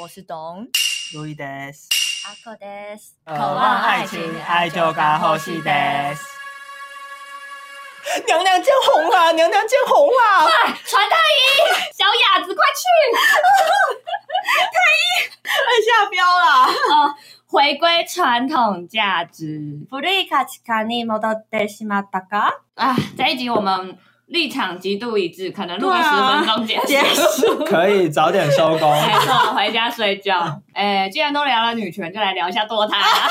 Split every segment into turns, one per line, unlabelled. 我是董
路易德斯，
阿克德斯，
渴望爱情，爱就该呼吸德。娘娘见红了、 娘娘见红了、
快，传太医，小雅子，快去！
按下标啦！
回归传统价值。
古い価値観に戻ってしまった か？
啊，这一集我们立场极度一致，可能录个
对
十
啊
分钟结 束。
结束，
可以早点收工。
没错，回家睡觉。哎、既然都聊了女权，就来聊一下 堕胎啊、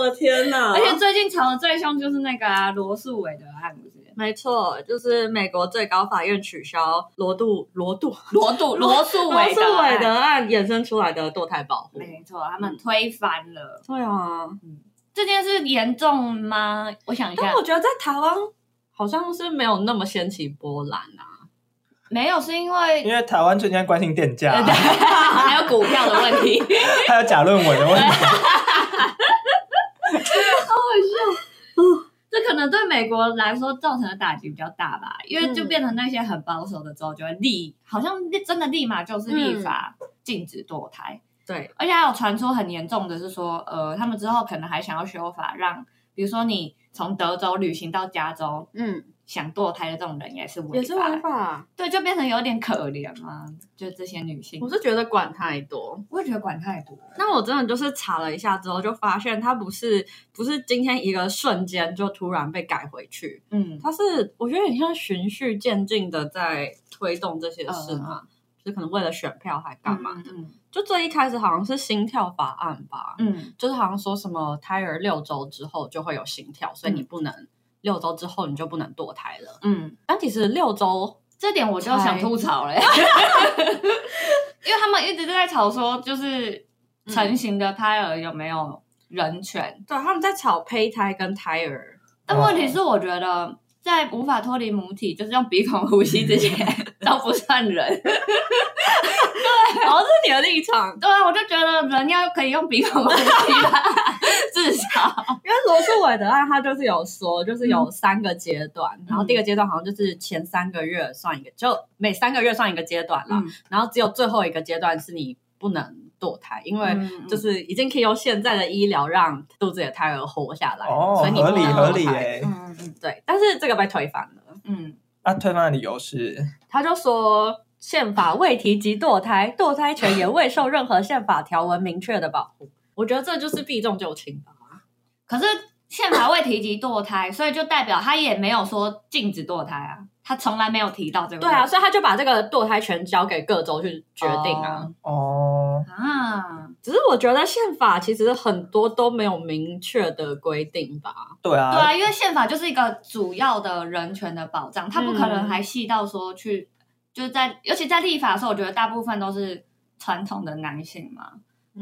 我天哪！
而且最近吵得最凶就是那个啊罗、素伟的案子，
没错，就是美国最高法院取消罗杜罗杜
罗杜罗素
哦罗
伟
素
的案
韦德案衍生出来的堕胎保护。
没错，他们推翻了、
对啊，
这件事严重吗？我想一下
但，我觉得在台湾好像是没有那么掀起波澜啊。
没有，是因 为
因为台湾最近在关心电价、
对
啊
还有股票的问题。
还有假论文的问题。
这可能对美国来说造成的打击比较大吧，因为就变成那些很保守的州就会立，好像真的立马就是立法禁止堕胎，
对，
而且还有传出很严重的是说，呃，他们之后可能还想要修法让，比如说你从德州旅行到加州
嗯，
想堕胎的这种人也是违
也
法
是
的，
违法。
对，就变成有点可怜嘛，就这些女性
我，是觉得管太多。
我也觉得管太多了，
那我真的就是查了一下之后，就发现它不是不是今天一个瞬间就突然被改回去，
嗯，
它是我觉得有点像循序渐进的在推动这些事嘛，就是可能为了选票还干嘛？
嗯
就最一开始好像是心跳法案吧，
嗯
就是好像说什么胎儿六周之后就会有心跳，所以你不能、六周之后你就不能堕胎了。
嗯，
但其实六周
这点我就想吐槽了、 因为他们一直都在吵说，就是成型的胎儿有没有人权，
对他们在吵胚胎跟胎儿，
但问题是，我觉得在无法脱离母体，就是用鼻孔呼吸这些 都不算人。
哦，是你的立场，
对啊，我就觉得人要可以用鼻孔呼吸吧， 至少
因为罗素韦德案，他就是有说，就是
嗯
有三个阶段，然后第一个阶段好像就是前三个月算一个，就每三个月算一个阶段啦，
嗯
然后只有最后一个阶段是你不能堕胎，因为
嗯
就是已经可以用现在的医疗让肚子里的胎儿活下来，
哦，
所以你不
合
能堕
理
胎
合理哎、
嗯嗯
对，但是这个被推翻了，
嗯
啊，推翻的理由是
他就说。宪法未提及堕胎，堕胎权也未受任何宪法条文明确的保护。我觉得这就是避重就轻吧。
可是宪法未提及堕胎，所以就代表他也没有说禁止堕胎啊，他从来没有提到这个
对
问题。
啊，所以他就把这个堕胎权交给各州去决定啊。
哦
哦，
啊，
只是我觉得宪法其实很多都没有明确的规定吧。
对啊，
对啊，因为宪法就是一个主要的人权的保障，它不可
嗯
能还细到说去，就是在尤其在立法的时候，我觉得大部分都是传统的男性嘛，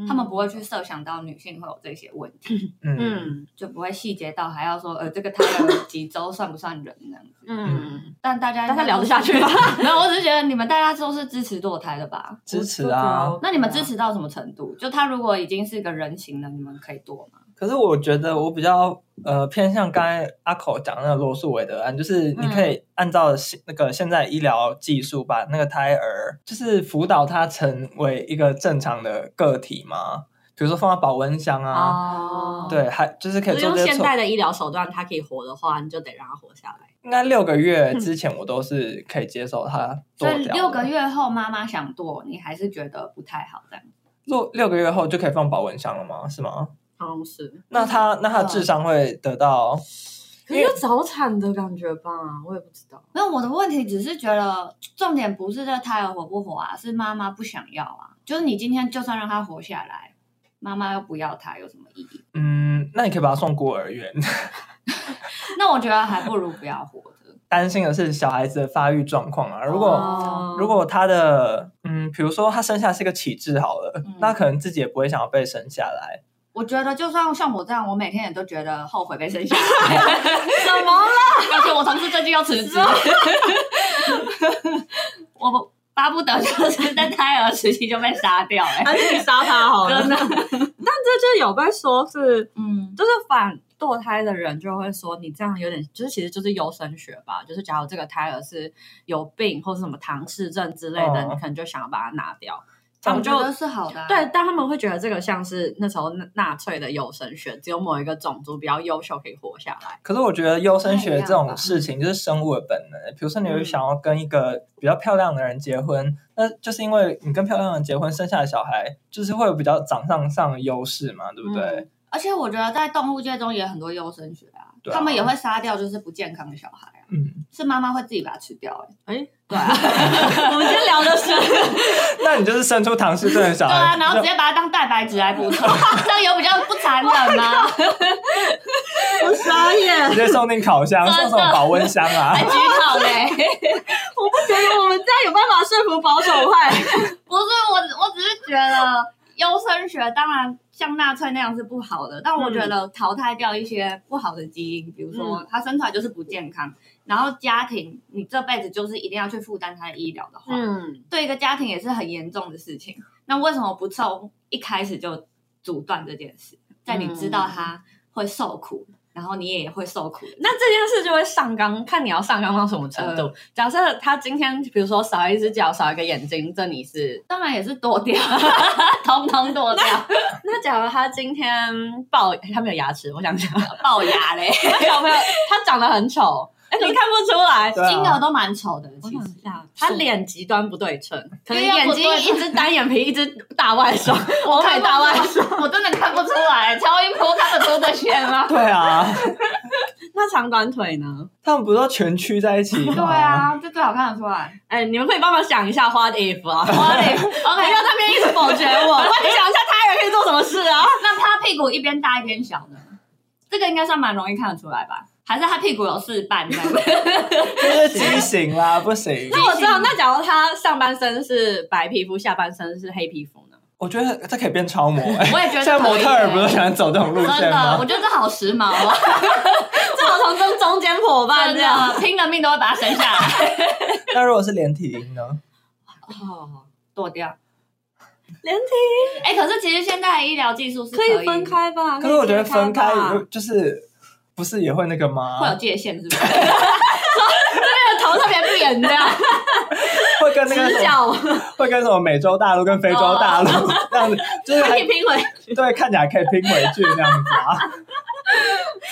他
嗯
们不会去设想到女性会有这些问题，
嗯，
嗯
就不会细节到还要说呃这个胎儿几周算不算人这样子。
嗯，
但大家
大家聊得下去吧？
没有，我只是觉得你们大家都是支持堕胎的吧？
支持啊。
那你们支持到什么程度？就他如果已经是个人形了，你们可以堕吗？
可是我觉得我比较呃偏向刚才阿口讲的那个罗素韦德案，就是你
嗯
可以按照现那个现在医疗技术把那个胎儿，就是辅导他成为一个正常的个体嘛，比如说放到保温箱啊，
哦，
对，还就是可以
就
做
用
这些
现
措
代的医疗手段，它可以活的话，你就得让它活下来。
应该六个月之前我都是可以接受它
所
剁
以
掉的。
六个月后妈妈想堕，你还是觉得不太好这样。
六六个月后就可以放保温箱了吗？是吗？
好像是，
那他那他的智商会得到
可是有早产的感觉吧？我也不知道。
没有，我的问题只是觉得重点不是这胎儿活不活啊，是妈妈不想要啊。就是你今天就算让他活下来，妈妈又不要他，有什么意义？
嗯，那你可以把他送孤儿院。
那我觉得还不如不要活着。
担心的是小孩子的发育状况啊，如果、
哦
如果他的嗯，比如说他生下是个体质好了，
嗯
那可能自己也不会想要被生下来。
我觉得就算像我这样，我每天也都觉得后悔被生下来。
什 么啦？
而且我同事最近又辞职， 我不巴不得就是在胎儿时期就被杀掉、欸。
还是你杀它好 了？
真的，
但这就有被说是，
嗯
就是反堕胎的人就会说，你这样有点，就是其实就是优生学吧，就是假如这个胎儿是有病或是什么唐氏症之类的，
哦
你可能就想要把它拿掉。嗯他们
我
就
觉得是好的、啊，
对，但他们会觉得这个像是那时候纳纳粹的优生学，只有某一个种族比较优秀可以活下 来。
可是我觉得优生
不太一
学
样
这种
吧
事情就是生物的本能。比如说，你会
嗯
想要跟一个比较漂亮的人结
嗯
婚，那就是因为你跟漂亮的人结婚，生下的小孩就是会有比较掌上上的优势嘛，对不对？
嗯
而且我觉得在动物界中也有很多优生学啊，
对啊
他们也会杀掉就是不健康的小孩啊，
嗯，
是妈妈会自己把它吃掉、
呃
欸，
哎，对啊，我们今天聊的是
那你就是生出唐氏症的小
对
孩，
啊，然后
就
直接把它当蛋白质来补充， 这样有比较不残忍吗？
我傻眼，
直接送进烤箱，
真的
送什么保温箱啊
还？举欸考嘞？
我不觉得我们这样有办法说服保守派。
不是我，我只是觉得优生学当然像纳粹那样是不好的，但我
嗯
觉得淘汰掉一些不好的基因，比如说他生出来就是不健康，然后家庭你这辈子就是一定要去负担他的医疗的 话，
嗯，
对一个家庭也是很严重的事情。那为什么不从一开始就阻断这件事，在你知
嗯
道他会受苦，然后你也会受苦的时候？
那这件事就会上纲，看你要上纲到什么程度。假设他今天比如说少一只脚、少一个眼睛，这你是
当然也是剁掉， 统统剁掉，
那假如他今天龅，他没有牙齿，我想讲，
龅牙嘞，
小朋友他长得很丑，哎、你看不出来。
对啊
金额都蛮丑的，
我
其
想
实
一。下，他脸极端不对称，可能
因为
眼
不
睛
对
一
称
只单眼皮，一只大外双，
我
欧美大外双。
说，我真的看不出来，乔一波看得出这些 吗？
对啊，
那长短腿呢？
他们不是都全区在一起吗？
对，啊，这最好看得 出来。
哎、你们可以帮忙想一下 what if 啊？
我得
不
OK，
要在那边一直否决我，帮你想一下他人可以做什么事啊？
那他屁股一边大一边小呢？这个应该算蛮容易看得出来吧？还是他屁股有四瓣这样子？
就是畸形啦，不行。
那我知道，那假如他上半身是白皮肤，下半身是黑皮肤呢？
我觉得这可以变超 模、欸，
我也觉得
现在模特
可以
儿
欸
不是喜欢走这种路
真
线
的，我
吗？
觉得这好时髦啊！
正好从中中间伙伴
真
这样。
的，哦拼了命都会把它生下来，
那如果是连体婴 呢？
哦，
剁掉。
连体
哎、可是其实现在的医疗技术是
可
以
以分，开吧？
可是我觉得
以切吧
分开就是不是也会那个吗？
会有界限，是不是？
那个头特别扁这 样，
会跟那个
直
什么
角
会跟什么美洲大陆跟非洲大陆
哦
这样子，就是
可
还
以拼回。
对看起来可以拼回去这样子啊。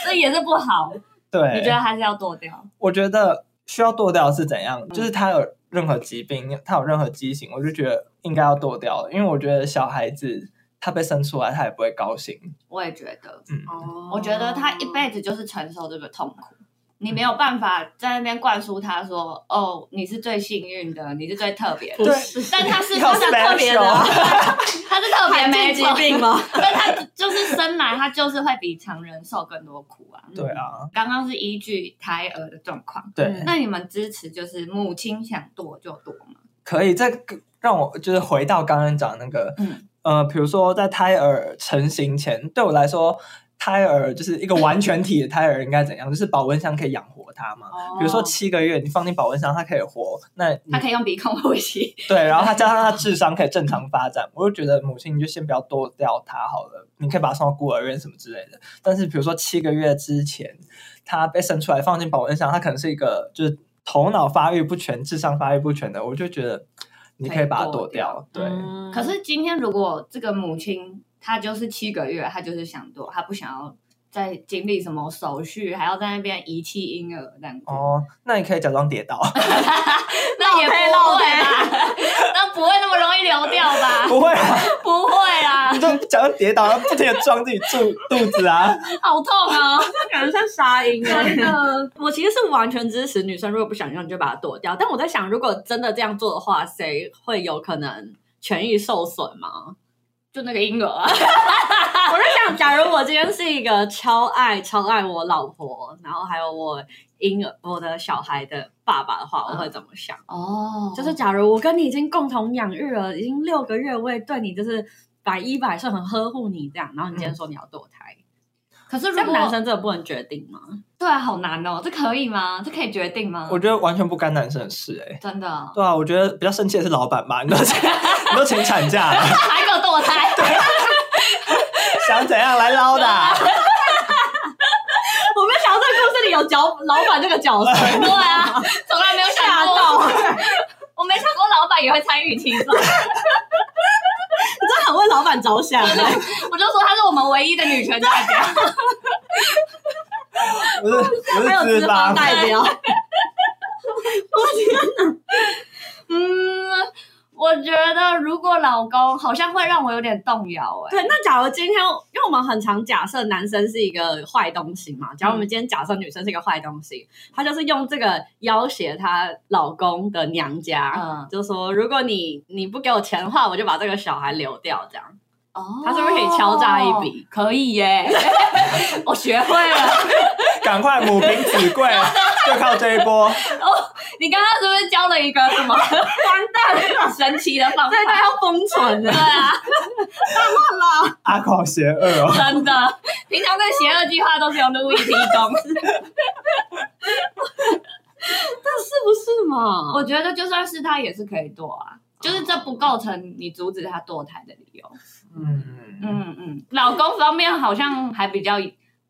这也是不好。你觉
对
得，还是要剁掉？
我觉得需要剁掉是怎
嗯
样？就是他有任何疾病，他有任何畸形，我就觉得应该要剁掉，因为我觉得小孩子他被生出来，他也不会高兴。
我也觉得，
嗯，
哦
我觉得他一辈子就是承受这个痛苦，你没有办法在那边灌输他说：“哦，你是最幸运的，你是最特别 的。
对，
但他是
你好
他是特别的，
special
他是特别
罕
没
见
错
疾，病吗？
但他就是生来他就是会比常人受更多苦啊。
对啊，
刚刚是依据胎儿的状况，
对，
嗯
那你们支持就是母亲想剁就剁吗？
可以，这个让我就是回到刚刚讲那个，
嗯
呃，比如说在胎儿成型前，对我来说，胎儿就是一个完全体的胎儿应该怎样？就是保温箱可以养活它嘛。比如说七个月，你放进保温箱，它可以活，那你
他可以用鼻孔呼吸，
对，然后它加上它智商可以正常发展，我就觉得母亲你就先不要剁掉它好了，你可以把它送到孤儿院什么之类的。但是比如说七个月之前，它被生出来放进保温箱，它可能是一个就是头脑发育不全、智商发育不全的，我就觉得你可以把它剁掉。对，
嗯
可是今天如果这个母亲她就是七个月，她就是想堕，她不想要再经历什么手续，还要在那边遗弃婴儿这样子，
哦，那你可以假装跌倒，
那也不
浪
会
费
啦， 那不会那么容易流掉吧？
不会啊，
不会啊啦
你，就假装跌倒，然后不停的撞自己肚肚子啊。
好痛哦！
他感觉像沙鹰
真
哎。
的，
我其实是完全支持女生，如果不想用就把它剁掉。但我在想，如果真的这样做的话，谁会有可能痊愈受损吗？
就那个婴儿啊，
我在想，假如我今天是一个超爱超爱我老婆，然后还有我婴儿我的小孩的爸爸的话，我会怎么想？
哦，
就是假如我跟你已经共同养育了，已经六个月，我也对你就是百依百顺，很呵护你这样。然后你今天说你要堕胎，
可
嗯这
是如
样
果
男生真的不能决定吗？
对啊，好难哦，这可以吗？这可以决定吗？
我觉得完全不干男生的事、欸，
真的哦，
对啊，我觉得比较生气的是老板吧，你都请 你都请产假、
还给我堕胎，
想怎样来捞的啊、
我没有想到这个故事里有角老板这个角色，
对啊，从来没有想
吓
过，
到。
我没想过老板也会参与其中。
老板着想的，
我就说她是我们唯一的女权代 表。
我是
还
我
欸有
是
资
自
方
发
代表。
嗯，我觉得如果老公好像会让我有点动摇哎、
对，那假如今天，因为我们很常假设男生是一个坏东西嘛，假如我们今天假设女生是一个坏东西，她就是用这个要挟她老公的娘家，
嗯
就说如果你你不给我钱的话，我就把这个小孩流掉，这样。
哦
他是不是可以敲诈一笔？
可以耶、 我学会了。
赶快母凭子贵， 就靠这一波。
你刚刚是不是教了一个什么完蛋神奇的方法
对？，他要疯传的
对，啊，
阿口邪恶哦，
真的，平常在邪恶计划都是由路易提供。
是不是嘛？
我觉得就算是他也是可以堕啊，就是这不构成你阻止他堕胎的理由。
嗯嗯，
嗯嗯，老公方面好像还比较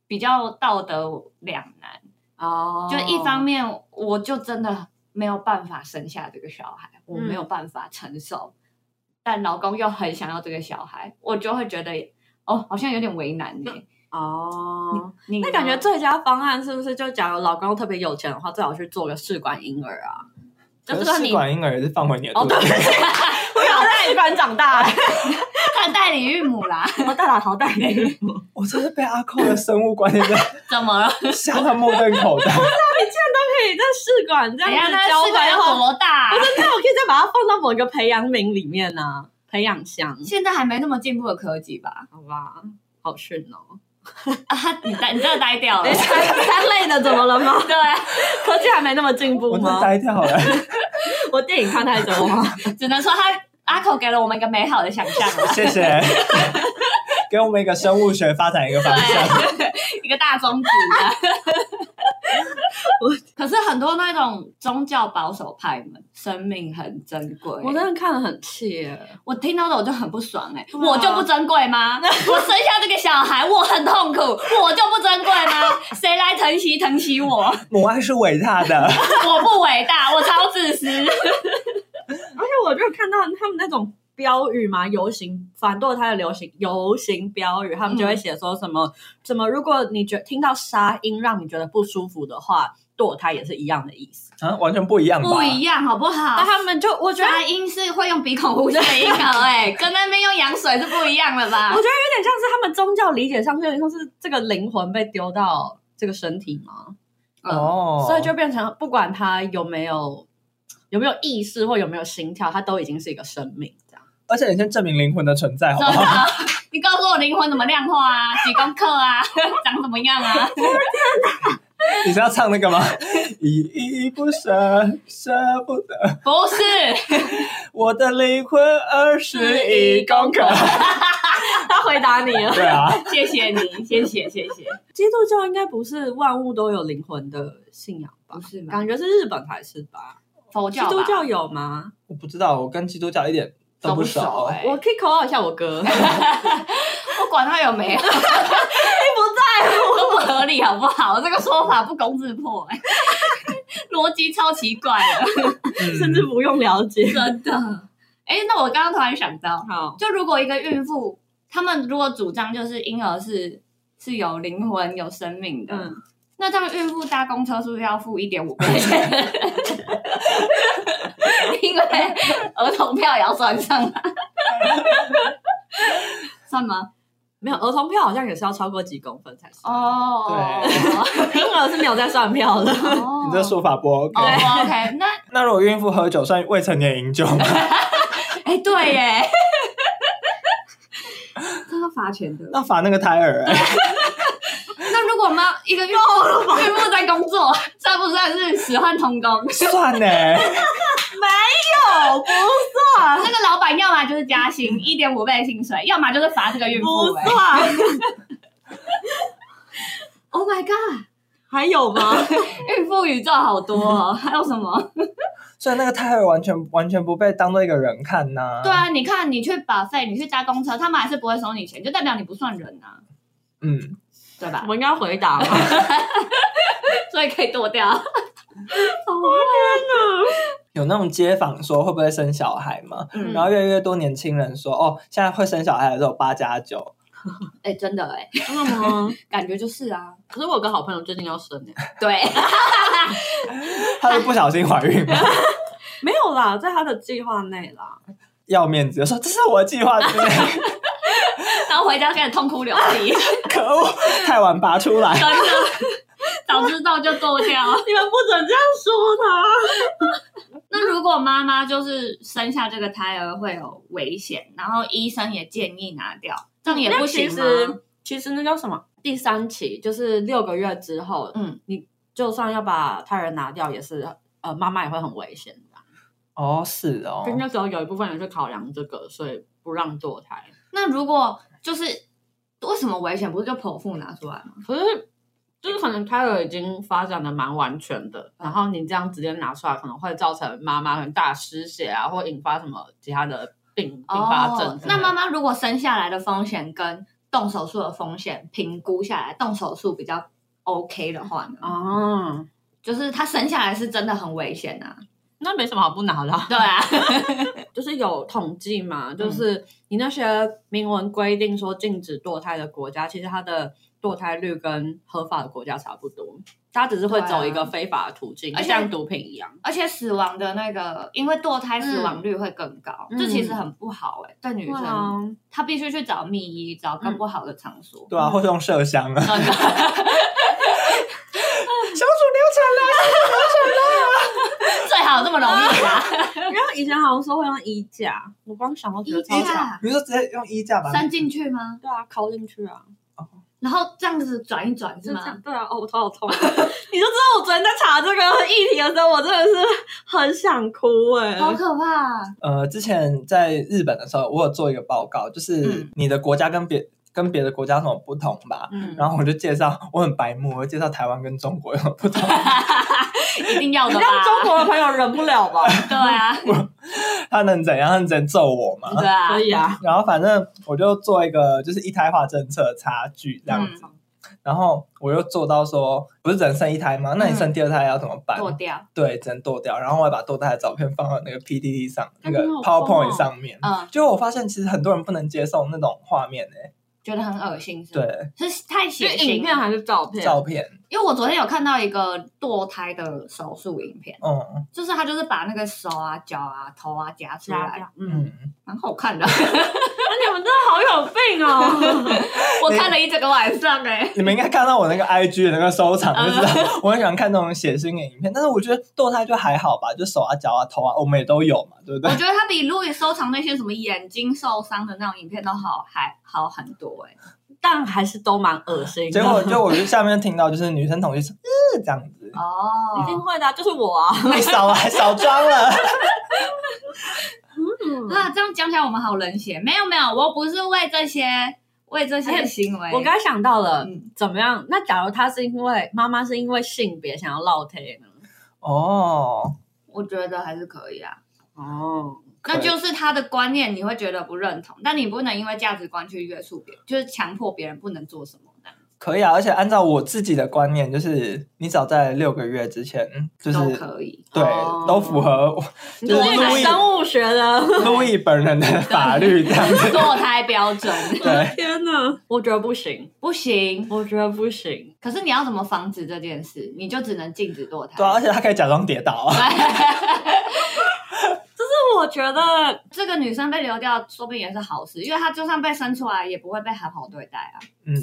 比较道德两难，
哦
就一方面我就真的没有办法生下这个小孩，我没有办法承受，但老公又很想要这个小孩，我就会觉得哦，好像有点为难你。欸
哦。
你
那感觉最佳方案是不是就假如老公特别有钱的话，最好去做个试管婴儿啊？ 就
可
是
是
说
试
你
管婴儿也是放回你的
哦
肚子里。
不要在一般长大，
看代理孕母啦，
好大了，好大 了。
我真是被阿寇的生物观念在
怎么了？
吓到目瞪口 呆。
可以在试管这
等一
样
下
子
那
交
试管
换
要
后，
多大、啊？
那我可以再把它放到某一个培养皿里面呢、培养箱，
现在还没那么进步的科技吧？
好吧，好逊哦。
啊，你呆，你真的呆掉 了
哎，。三类的怎么了吗？
对啊，
科技还没那么进步
我真
吗
的？呆掉了。
我电影看太多了，
只能说他阿口给了我们一个美好的 想象啊，
谢谢， 给我们一个生物学发展一个方
啊
向。
一个大宗旨 啊。可是很多那种宗教保守派们，生命很珍贵。
我真的看得很气耶。
我听到的我就很不爽哎、
对啊
我就不珍贵吗？我生下这个小孩，我很痛苦，我就不珍贵吗？谁来疼惜疼惜我？
母爱是伟大的，
我不伟大，我超自私。
而且我就看到他们那种标语嘛，游行反堕胎的流行游行标语，他们就会写说什么、什么，如果你觉听到沙音让你觉得不舒服的话，堕胎也是一样的意思。
啊，完全不一样吧？
不一样好不
但
好？
他们就我觉得
发音是会用鼻孔呼吸的婴儿哎、跟那边用羊水是不一样的吧
我？觉得有点像是他们宗教理解上，就有点像是这个灵魂被丢到这个身体嘛，
嗯
哦，
所以就变成不管他有没有有没有意识或有没有心跳，他都已经是一个生命这样。
而且你先证明灵魂的存在，好不
真
好？
的，你告诉我灵魂怎么量化啊？几公克啊？ 长怎么样啊？
你是要唱那个吗？ 依依不舍，舍不得，
不是，
我的灵魂二十一公克。
他 回答你了，
对啊，
谢谢你，谢谢谢谢，
基督教应该不是万物都有灵魂的信仰吧
不？是吗？
感觉是日本才是吧？
佛
基
教吧
督教有吗？
我不知道，我跟基督教一点都不
都不熟
熟。
哎
我可以 call out 一下我哥，
不管他有没有，你不在乎， 都不合理好不好？这个说法不攻自破、哎， 逻辑超奇怪的，
嗯
甚至不用了解。
真的。哎、那我刚刚突然想到，
好，
就如果一个孕妇，他们如果主张就是婴儿是是有灵魂、有生命的，
嗯，
那这样孕妇搭公车是不是要付一点五块钱？ 因为儿童票也要算上啊，算吗？
没有儿童票好像也是要超过几公分才是，
哦，
婴儿是没有在算票 的。
哦
你 这说法不 OK。
哦，OK，那
那如果孕妇喝酒算未成年饮酒吗？
哎，对耶， 这要罚钱的。
那罚那个胎儿、哎
那如果哦我们要一个孕妇孕妇在工作，算不算是使唤童工？
算呢、
哦，不算，
那个老板要么就是加 薪一点五倍薪水，要么就是罚这个孕妇。哎
算，
，Oh my god，
还有吗？
孕妇宇宙好多 哦，还有什么？
所以那个胎儿完全完全不被当做一个人看呐、
对，啊，你看你去把费，你去搭公车，他们还是不会收你钱，就代表你不算人啊，
嗯，
对吧？
我应该回答吗？
哦所以可以剁掉。
有那种街访说会不会生小孩嘛，
嗯
然后越来越多年轻人说哦，现在会生小孩的都有八加 九，
哎、真的哎、
真的吗？
感觉就是啊，
可是我有个好朋友最近要生欸诶、
对，
他是不小心怀孕 吗？
没有啦，在他的计划内啦。
要面子，说这是我的计 划之内，
然后回家开始痛哭流涕，
可恶，太晚拔出来。
真的，早知道就剁掉。
你们不准这样说他。
那如果妈妈就是生下这个胎儿会有危险，然后医生也建议拿掉，这样也不行
其
吗？
实其实那叫什么？第三期就是六个月之后，
嗯，
就算要把胎儿拿掉，也是呃妈妈也会很危险的。
哦，是哦
就，那时候有一部分人去考量这个，所以不让堕胎。
那如果就是为什么危险不是就剖腹拿出来吗？
可是就是可能胎儿已经发展的蛮完全的，
嗯
然后你这样直接拿出来，可能会造成妈妈很大失血啊，或引发什么其他的病并发症
哦
之类的。
那妈妈如果生下来的风险跟动手术的风险评估下来，动手术比较 OK 的话呢？
哦，
就是她生下来是真的很危险啊。
那没什么好不拿的啊、
对 啊，
就是有统计嘛，就是你那些明文规定说禁止堕胎的国家，其实它的堕胎率跟合法的国家差不多，它只是会走一个非法的途径，
对啊
就像毒品一样。
而且死亡的那个，因为堕胎死亡率会更高，
嗯
这其实很不好哎、对嗯女
对
生，
啊，
她必须去找密医，找更不好的场所。
嗯
对啊，或是用麝香啊，
真的
小鼠
最好这么容易 啊！
然后以前好像说会用衣架，我光想都觉得超
衣
流产
架
强。
啦， 你说直接用衣架吧，
伸进去吗？
对啊，抠进去啊，
然后这样子转一转是
就这
吗
样？？对啊，哦，我头好痛。 你就知道我昨天在查这个议题的时候，我真的是很想哭哎、
好可怕、啊！
呃，之前在日本的时候，我有做一个报告，就是
嗯
你的国家跟别跟别的国家有什么不同吧。
嗯，
然后我就介绍，我很白目，我就介绍台湾跟中国有什么不同。
一定要的吧？
让中国的朋友忍不了吧？
对 啊，
他能怎样？他能怎样揍我吗？
对啊
可，以啊，
然后反正我就做一个就是一胎化政策差距这样子，
嗯
然后我又做到说，不是只能生一胎吗？那
嗯
你生第二胎要怎么办？
剁掉，
对，只能剁掉。然后我还把剁胎的照片放到那个 PPT 上，那个
真的好疯哦
PowerPoint 上面。
嗯，
结果我发现其实很多人不能接受那种画面诶、
觉得很恶心，是吗，
对，
是太
是
血腥。
影片还是照片？
照片，
因为我昨天有看到一个堕胎的手术影片，
嗯
就是他就是把那个手啊、脚啊、头啊夹出
加
来，
掉。嗯，
嗯，
蛮好看的。
那你们真的好有病哦！
我看了一整个晚上哎、
你们应该看到我那个 IG 的那个收藏，就知道我很喜欢看那种血腥的影片。但是我觉得堕胎就还好吧，就手啊、脚啊、头啊，我们也都有嘛，对不对
我？觉得他比路易收藏那些什么眼睛受伤的那种影片都好还好很多哎、
但还是都蛮恶心的。
结果就我就下面听到就是女生同学说，呃，这样 子，
一定
哦，
会的啊、就是我啊。
太少了，还少装了。
嗯
那啊这样讲起来我们好冷血。没有没有，我不是为这些为这些行为，
我刚才想到了，
嗯
怎么样？那假如他是因为妈妈是因为性别想要落推呢？
哦，
我觉得还是可以啊。
哦，
那就是 他的观念，你会觉得不认同，但你不能因为价值观去约束别人，就是强迫别人不能做什么的。
可以啊，而且按照我自己的观念，就是你只要在六个月之前，就是
都可以。
对、
哦
都符合 我
你
就是是
一个
路易
生物学的。
路易本人的法律这样子。
堕胎标准
对，
天哪，我觉得不行，
不行，
我觉得不行。
可是你要怎么防止这件事？你就只能禁止堕胎。
对啊、 而且他可以假装跌倒啊。
但我觉得，
这个女生被流掉，说不定也是好事，因为她就算被生出来，也不会被好好对待啊。
嗯，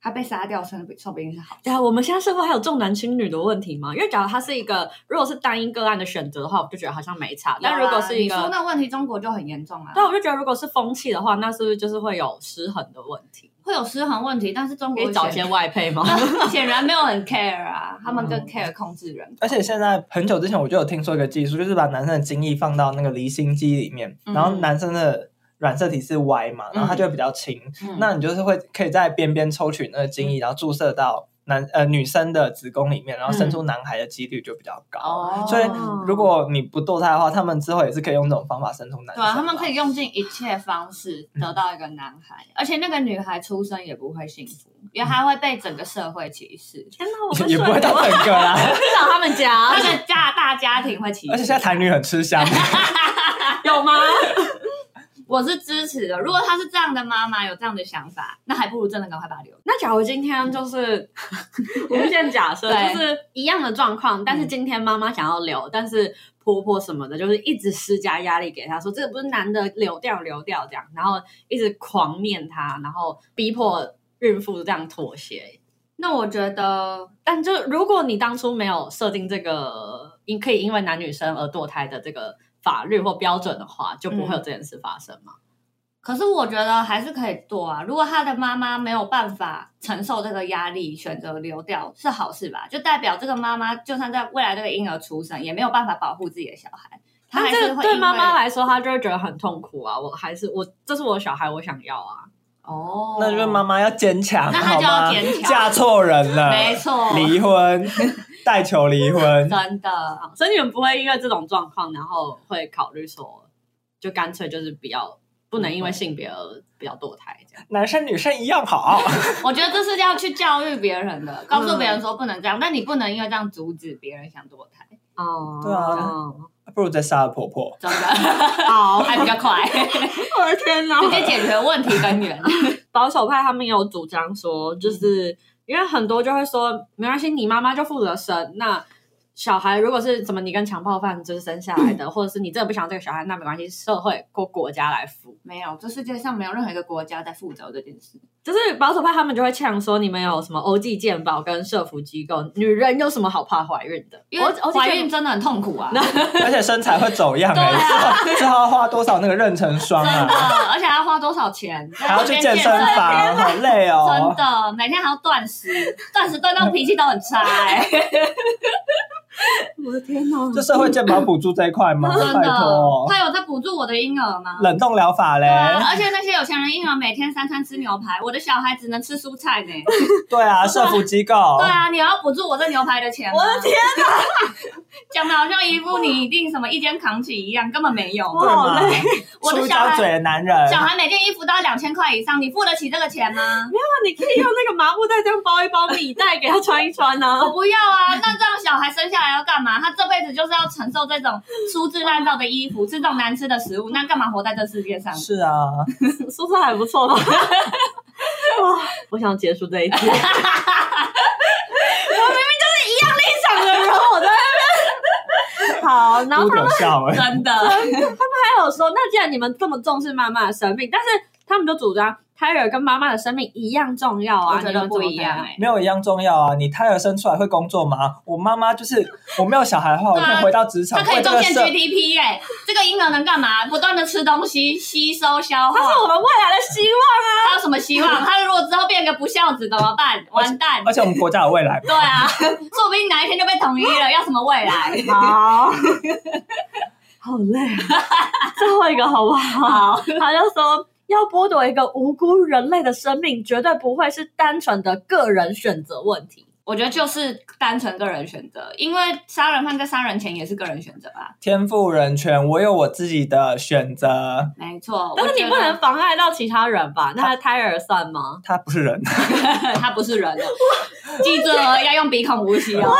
她被杀掉，生说不定是好。
对啊，我们现在社会还有重男轻女的问题吗？因为假如他是一个，如果是单一个案的选择的话，我就觉得好像没差。但如果是一
有啦啊
个
你说，那问题，中国就很严重啊
对，，我就觉得如果是风气的话，那是不是就是会有失衡的问题？
会有失衡问题，但是中
可
国
以找一些
显
外配吗？
显然没有很 care 啊，他们更
嗯
care 控制人口。
而且现在很久之前我就有听说一个技术，就是把男生的精液放到那个离心机里面，
嗯
然后男生的染色体是 Y 嘛，然后它就会比较轻。
嗯
那你就是会可以在边边抽取那个精液，然后注射到男呃女生的子宫里面，然后生出男孩的几率就比较高。
嗯哦，
所以如果你不堕胎的话，他们之后也是可以用这种方法生出男生
对
嘛。
啊，他们可以用尽一切方式得
嗯
到一个男孩，而且那个女孩出生也不会幸福，因为她会被整个社会歧视，
天哪，我
也
们
也不会到整个 啦。
找他们家
那个家大家庭会歧视。
而且现在台女很吃香，
有吗？
我是支持的，如果她是这样的妈妈，有这样的想法，那还不如真的赶快把她留。
那假如今天就是我们先假设，
对
就是一样的状况，但是今天妈妈想要留，但是婆婆什么的，就是一直施加压力给她，说这个不是男的，留掉留掉这样，然后一直狂念她，然后逼迫孕妇这样妥协。
那我觉得，
但就如果你当初没有设定这个因可以因为男女生而堕胎的这个法律或标准的话，就不会有这件事发生嘛？
可是我觉得还是可以做啊。如果她的妈妈没有办法承受这个压力，选择流掉是好事吧？就代表这个妈妈，就算在未来这个婴儿出生，也没有办法保护自己的小孩，她
但
还是
这
会
对
因
妈妈
为
来说，她就会觉得很痛苦啊！我还是我，这是我的小孩，我想要啊。
哦，
那就是妈妈要坚强，
那她就要
好吗
坚强
嫁错人了，
没错，
离婚，带球离 婚，
真的，
所以你们不会因为这种状况，然后会考虑说，就干脆就是比较不能因为性别而比较堕胎这样。
男生女生一样 好。
我觉得这是要去教育别人的，告诉别人说不能这样，但你不能因为这样阻止别人想堕 胎，
哦
对啊，不如再杀了婆婆。
真的
好，
还比较快，
我的天哪
直接解决问题根源。
保守派他们也有主张说，就是、
嗯
因为很多就会说，没关系，你妈妈就负责生那。小孩如果是什么你跟强暴犯就是生下 来的，或者是你真的不想要这个小孩，那没关系，社会或国家来负。
没有，这世界上没有任何一个国家在负责这件事。
就是保守派他们就会呛说，你们有什么欧记健保跟社福机构，女人有什么好怕怀孕的？
因为
欧欧记健
怀孕真的很痛苦啊，真
而且身材会走样
对
哎、
啊
欸，之后之后要花多少那个妊娠霜
的
啊，，
而且还要花多少钱，
还要去
在
健
那边
身房，好累
真
哦。
的，每天还要断食，断食断到脾气都很差哎、
我的天哪！
这社会健保补助这一块吗？
真
拜
的
托，，
他有在补助我的婴儿吗？
冷冻疗法嘞
对，啊，而且那些有钱人婴儿每天三餐吃牛排，我的小孩只能吃蔬菜呢。
对啊，社福机构
对，啊，你要补助我这牛排的钱。我的天哪！ 讲的好像一副你一定什么一肩扛起一样，根本没有。
对嘛，
我的
出一
小
张
孩
嘴的男人，
小孩每件衣服都要两千块以上，你付得起这个钱吗？
那啊你可以用那个麻布袋这样包一包米袋给他穿一穿 呢、
我不要啊！那这样小孩生下来要干嘛？他这辈子就是要承受这种粗制滥造的衣服，吃这种难吃的食物，那干嘛活在这世界上？
是啊，
宿舍还不错吧？ 哇，我想结束这一 集。我明明就是一样立场的人，我在那边。好，然后
不可笑哎，
真的，
他有说，那既然你们这么重视妈妈的生命，但是他们就主张胎儿跟妈妈的生命一样重要啊，
我觉得不一样哎、
没有一样重要啊。你胎儿生出来会工作吗？我妈妈就是我没有小孩的话，我可以回到职场，
它啊可以
为这
贡
个
献
社
GDP 哎、这个婴儿能干嘛？不断的吃东西，吸收消化
他。是我们未来的希望。
他有什么希 望？他如果之后变个不孝子怎么办？完 蛋！
而且我们国家有未来嘛。
对啊，说不定哪一天就被统一了，要什么未来？
好，好累啊！最后一个好不好？ 他就说。要剥夺一个无辜人类的生命，绝对不会是单纯的个人选择问题。
我觉得就是单纯个人选择，因为杀人犯在杀人前也是个人选择啊吧？
天赋人权，我有我自己的选择。
没错，
但是
我觉
你
得
不能妨碍到其他人吧？那胎儿算吗？
他不 是人，
他不是人的，啊记住哦，要用鼻孔呼吸哦。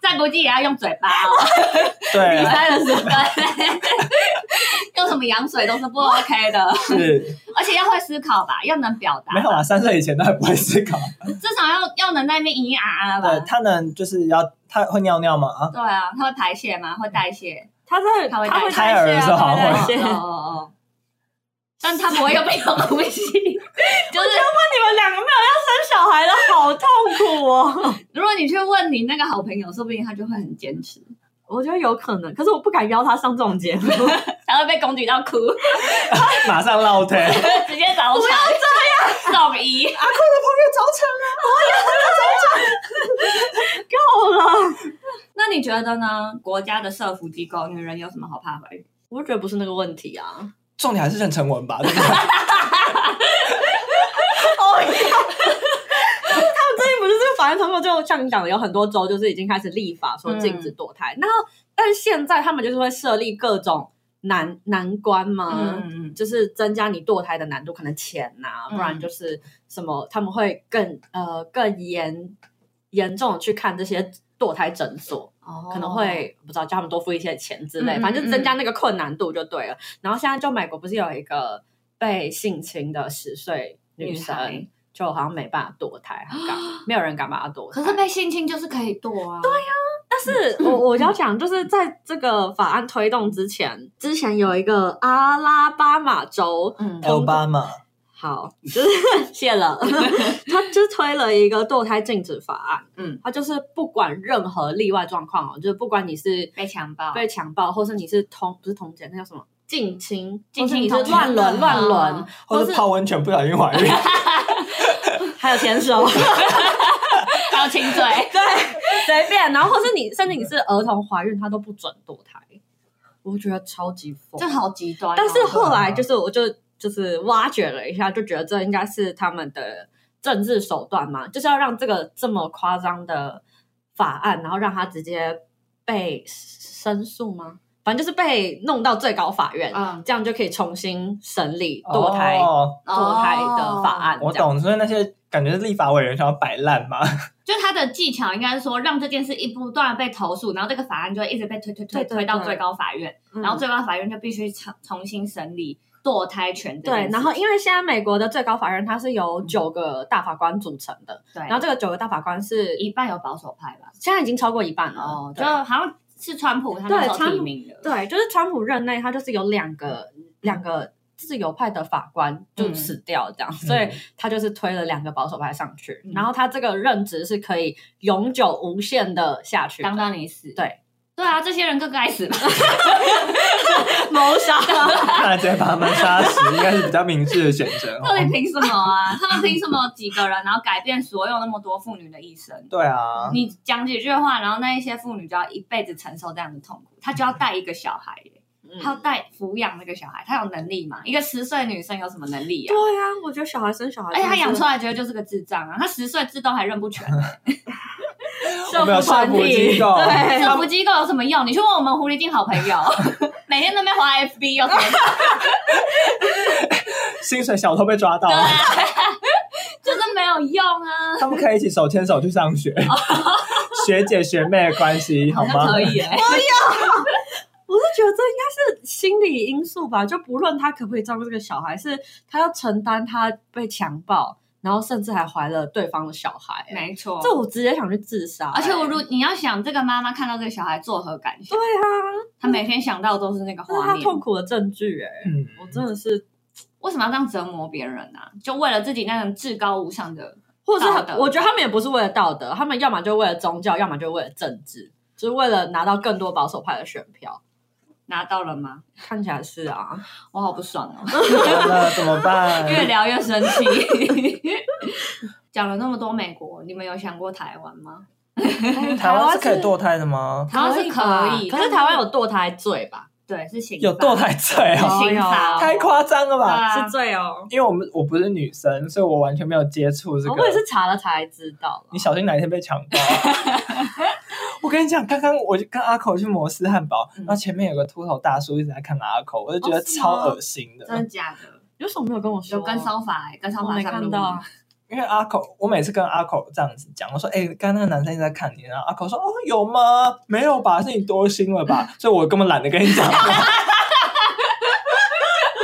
再不济也要用嘴 巴哦。
对
鼻，塞的时候， 用什么羊水都是不 OK 的，
是
而且要会思考吧，要能表达
没，有啊。三岁以前他还不会思考。
至少要要能在那边咿咿啊啊
对
吧。
他能就是要他会尿尿吗？ 啊，
对啊，他会排泄吗？会代谢？
他在
他会
他会
胎儿的时候
代谢啊
会
代
哦
谢
哦
你
哦，但他不会用鼻孔呼 吸，就是
们两个没有要生小孩的好痛苦哦。
如果你去问你那个好朋友，说不定他就会很坚持，
我觉得有可能，可是我不敢邀他上这种节目。
才会被攻击到哭，
马上 落胎。
直接找不要这样，送医。
够了，
那你觉得呢？国家的社福机构，女人有什么好怕怀孕？
我觉得不是那个问题啊。
重点还是任 成文吧，对不对？
反正他们就像你讲的，有很多州就是已经开始立法说
嗯
禁止堕胎，然后但是现在他们就是会设立各种难难关嘛，
嗯嗯
就是增加你堕胎的难度，可能钱呐、
嗯
不然就是什么，他们会更呃更严严重地去看这些堕胎诊所，
哦
可能会不知道叫他们多付一些钱之类，
嗯嗯
反正就增加那个困难度就对了。然后现在就美国不是有一个被性侵的十岁女生，
女孩
就好像没办法堕胎，很敢 没有人敢把她堕胎。
可是被性侵就是可以堕啊，对呀、
但是我我要讲，就是在这个法案推动之前，之前有一个阿拉巴马州，
嗯
奥 巴马，
好，就是 谢了。他就推了一个堕胎禁止法案，
嗯，
他就是不管任何例外状况哦，就是不管你是
被强暴，
被强暴，或是你是通不是通奸，那叫什么近亲，
近亲
或是你嗯是
同
乱
居
伦
的
乱伦
哦，
或
是
是泡温泉不小心怀孕，
还有牵手，啊
还有亲嘴，
对，随便，然后或是你甚至你是儿童怀孕，他都不准堕胎，我觉得超级疯，
这好极端哦、
但是后来就是，我就就是挖掘了一下，就觉得这应该是他们的政治手段嘛，就是要让这个这么夸张的法案，然后让他直接被申诉吗？反正就是被弄到最高法院，
嗯
这样就可以重新审理 堕胎、
哦
堕胎的法案。
我
这样，
懂，所以那些感觉是立法委员想要摆烂嘛，
就他的技巧应该是说，让这件事一不断地被投诉，然后这个法案就会一直被推推推
对对
推到
对
最高法院，
嗯
然后最高法院就必须重重新审理堕胎权这件
对，
事
然后因为现在美国的最高法院它是由九个大法官组成的，
对，
然后这个九个大法官是
一半有保守派吧，
现在已经超过一半了，
哦，就
对
好像是川普他那时候提名的，
对，就是川普任内，他就是有两个两个自由派的法官就死掉这样，所 以他就是推了两个保守派上去，
嗯
然后他这个任职是可以永久无限的下去的
当当你死，
对
对啊，这些人个个该死吧，
谋杀。
那直接把他们杀死，应该是比较明智的选 择。哦
到
哦
底凭什么啊？ 他们凭什么几个人，然后改变所有那么多妇女的一生？
对啊，
你讲几句话，然后那一些妇女就要一辈子承受这样的痛苦，她就要带一个小孩耶、她 要
嗯
带抚养那个小孩，她有能力吗？一个十岁女生有什么能力呀、
对啊，我觉得小孩生小孩
而
真
且
的是，
她养出来觉得就是个智障啊！她十岁自动还认不全，啊
我们有社
团
福
体，
机构
对，
政府机构有什么用？你去问我们狐狸精好朋友， 每天都在滑 FB 有什么 用？
薪水小偷被抓到，
啊
就是没有用啊！
他们可以一起手牵手去上学，学姐学妹的关系好
像
吗？
可以、欸，
我是觉得这应该是心理因素吧，就不论他可不可以照顾这个小孩，是他要承担他被强暴，然后甚至还怀了对方的小孩、欸
没错。
这我直接想去自杀、
而且我
欸
如你要想，这个妈妈看到这个小孩作何感
对
想？
啊，
她每天想到都是那个
这是
画
他
面，
痛苦的证据哎、
嗯，
我真的是，
为什么要这样折磨别人啊？就为了自己那种至高无上的，
或者是
道
他
德
我觉得他们也不是为了道德，他们要么就为了宗教，要么就为了政治，就是为了拿到更多保守派的选票。
拿到了吗？
看起来是啊，
我好不爽哦，
完了怎么办？
越聊越生气。 讲了那么多美国，你们有想过台湾吗？
哎 台湾是可以堕胎的吗？
台湾是可以，
吧可是台湾有堕胎罪吧？
对是刑
有堕胎罪
是
哦，
刑法哦，
太夸张了
对
吧！
啊
是罪哦。
因为我们我不是女生，所以我完全没有接触这
哦
个。
我也是查了才知道了
你。小心哪一天被强暴。 我跟你讲，刚刚我就跟阿口去摩斯汉堡，
嗯
然后前面有个秃头大叔一直在看阿口，我就觉
哦
得
是吗
超恶心的。
真的假的？
有什么没有跟我说？
有跟骚法、欸，跟骚
我
法
没
上
看
路
到啊。
因为阿口，我每次跟阿口这样子讲，我说：“哎、刚刚那个男生一直在看你。”然后阿口说：“哦，有吗？没有吧？是你多心了吧？”所以我根本懒得跟你讲话。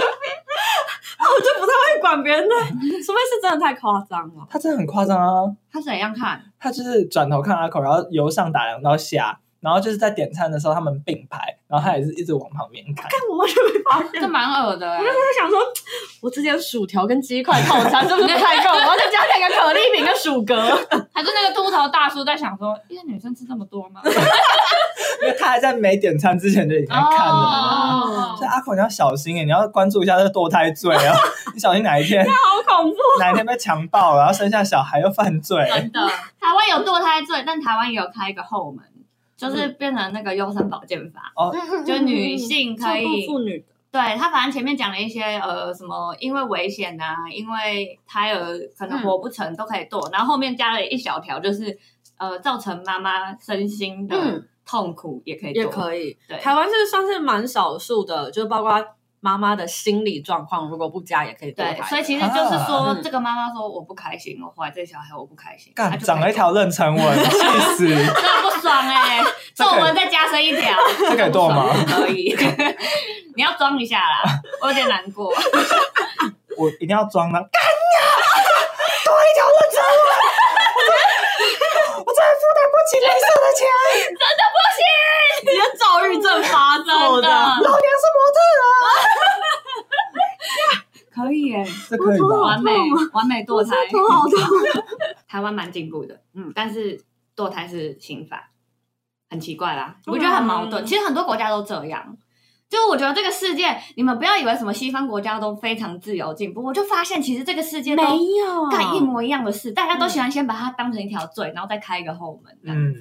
我就不太会管别人的， 除非是真的太夸张了。
他真的很夸张啊！
他怎样 看？
他就是转头看阿口，然后由上打量到下，然后就是在点餐的时候他们并排，然后他也是一直往旁边看。
但我完全没发现
这蛮恶的、欸，
我想说，我之前薯条跟鸡块套餐是不是太够？我要再加两个可丽饼跟薯格。
还是那个秃头大叔在想说，一个女生吃这么多吗？
因为他还在没点餐之前就已经在看了。
哦
所以阿口你要小心哎、你要关注一下这个堕胎罪啊！ 你小心哪一天
好恐怖！
哪一天被强暴，然后生下小孩又犯 罪。
真的，台湾有堕胎罪，但台湾也有开一个后
嗯
门，就是变成那个优生保健法，
嗯
哦，
就是女性可以
妇女的，
对他，反正前面讲了一些呃什么，因为危险啊，因为胎儿可能活不成、都可以
嗯
堕，然后后面加了一小条，就是呃造成妈妈身心的
嗯
痛苦也可以
也
堕
可以。
对
台湾是算是蛮少数的，就是包括妈妈的心理状况，如果不加也可以堕胎
对
的。，
所以其实就是说，
啊嗯
这个妈妈说我不开心，我怀这小孩我不开心，她
干
就
长了一条妊娠纹，气死！
可以堕，真的不爽哎、欸，
这
皱
个
纹再加深一条，
这可以剁吗
不爽可以， 你要装一下啦，我有点难过。
我一定要装 的。
直接躁郁症发
真
作
的，
的。
老娘是模特啊！可以耶，
这可以吧？
完美完美堕胎，头好痛。台湾蛮进步的，嗯，但是堕胎是刑法，很奇怪啦，我觉得很矛盾。其实很多国家都这样。就我觉得这个世界，你们不要以为什么西方国家都非常自由进步，我就发现其实这个世界都
有
干一模一样的事，大家都喜欢先把它当成一条罪，然后再开一个后门，这样
嗯，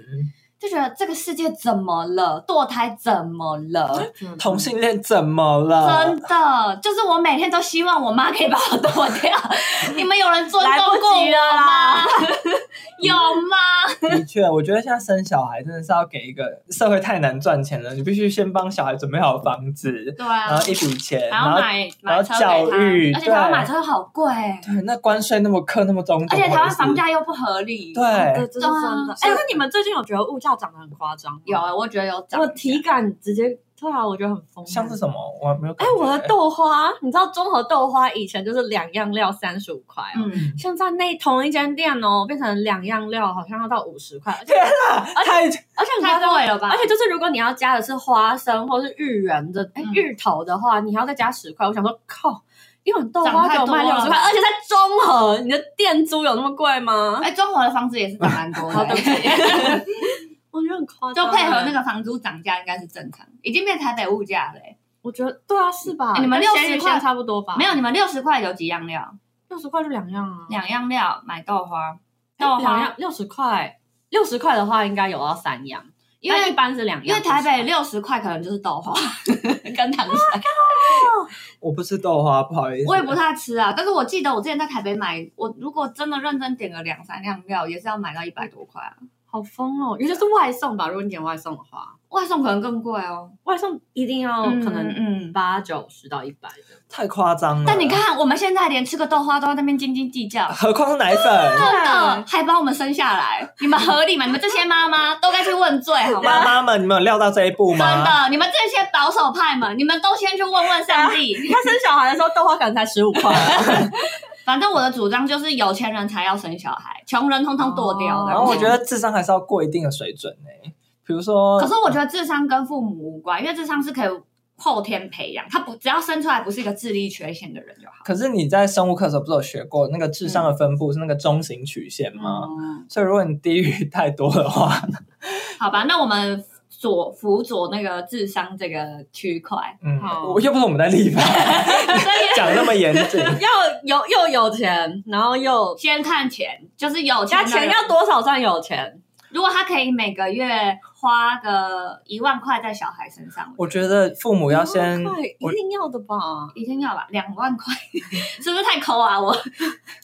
就觉得这个世界怎么了？堕胎怎么了？
同性恋怎么了
真？的，就是我每天都希望我妈可以把我剁 掉。你们有人尊
来不
重过我
及了
吗
啦？
有吗？
的确，我觉得现在生小孩真的是要给一个社会太难赚钱了，你必须先帮小孩准备好房子，
对啊
然后一笔钱，
还
呃然后
要买
然后
买车给他
教育，
而且台湾
对
买车好贵，
对那关税那么克那么重，
而且
怎么
台
回
湾
事
房价又不合理。
对，
对
这是真的。
对
哎，
啊
那你们最近有觉得物价涨得很夸张吗？
有，啊我觉得有涨。
我体感直接，对啊，我觉得很疯。
像是什么我还没有
哎
感觉。，
我的豆花，你知道综合豆花以前就是两样料三十五块哦，
嗯，
现在那同一间店哦，变成两样料好像要到五十块，而且
天啊，太
而且很夸
太
张
贵了吧？
而且就是如果你要加的是花生或是芋圆的、哎
嗯
芋头的话，你还要再加十块。我想说，靠，一碗豆花
涨太
给我卖
多了
六十块，而且在中和，你的店租有那么贵吗？
哎，中国的房子也是涨蛮 多
好，对
的欸
不。起，我觉得很夸
就
张。哎
配合那，个房租涨价，应该是正常，已经变台北物价了、欸。
我觉得对啊，是吧？
哎你们
跟咸
60
鱼
块
线差不多吧？
没有，你们六十块有几样料？
六十块就两样啊，
两样料买豆花，豆
哎两
花
样，六十块，六十块的话应该有到三样，
因
但一
为
般是两样，
因为台北六十块可能就是豆 花跟糖水，
我不吃豆花，不好意思，
我也不太吃啊。但是我记得我之前在台北买，我如果真的认真点个两三样料，也是要买到一百多块啊。
好疯哦，也就是外送吧。如果你点外送的话，
外送可能更贵哦，
外送一定要
嗯
可能
嗯。嗯
八九十到一百的。
太夸张了。
但你，看，我们现在连吃个豆花都要在那边斤斤计较，
何况是奶粉，
真的还把我们生下来，你们合理吗？你们这些妈妈都该去问罪好吗？
妈妈们，你们有料到这一
啊
步
真
吗？
的，你们这些保守派们，你们都先去问问 上帝。
他生小孩的时候，豆花可能才十五块，
反正我的主张就是，有钱人才要生小孩，穷人通通剁掉
哦
的。
然后我觉得智商还是要过一定的水准呢、比如说，
可是我觉得智商跟父母无关，因为智商是可以后天培养，他不只要生出来不是一个智力缺陷的人就好。
可是你在生物课的时候不是有学过那个智商的分布
嗯
是那个中型曲线吗？所以如果你低于太多的话，
好吧，那我们左辅佐那个智商这个区块，
嗯
好，
我又不是我们在立 法，讲那么严谨，
要有又有钱，然后又
先看钱，就是有钱
加
的
钱
人
要多少算有钱？
如果他可以每个月花个一万块在小孩身上，
我觉得父母要先
一
哦
万块
我
一定要的吧？
一定要吧，两万块 是不是太抠啊？我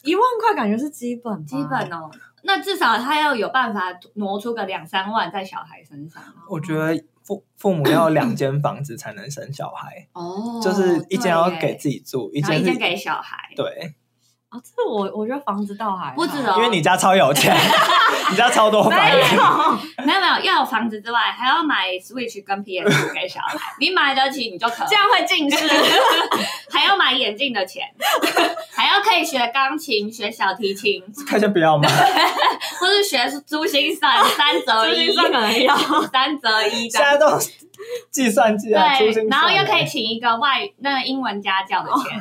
一万块感觉是基本吧，
基本哦，那至少他要有办法挪出个两三万在小孩身上啊
我觉得父父母要有两间房子才能生小孩，
哦
就是一间要给
己，
自己住，一
然后
间
一
是
间给小孩，
对，
啊。这我我觉得房子倒还好
不止 哦，
因为你家超有 钱，你家超多房
没
子，
有
没有没有要有房子之外，还要买 Switch 跟 PS 给小孩，你买得起你就可以
这，样会近视。
还要买眼镜的钱， 还要可以学钢琴、学小提琴，
看先不要吗？
或是学珠心算三折
最
一
近。算可能要，
三折一这
现
样
在都是计算机啊，珠
对
心，
然后
算
又
啊
可以请一个外那个英文家教的
哦
钱，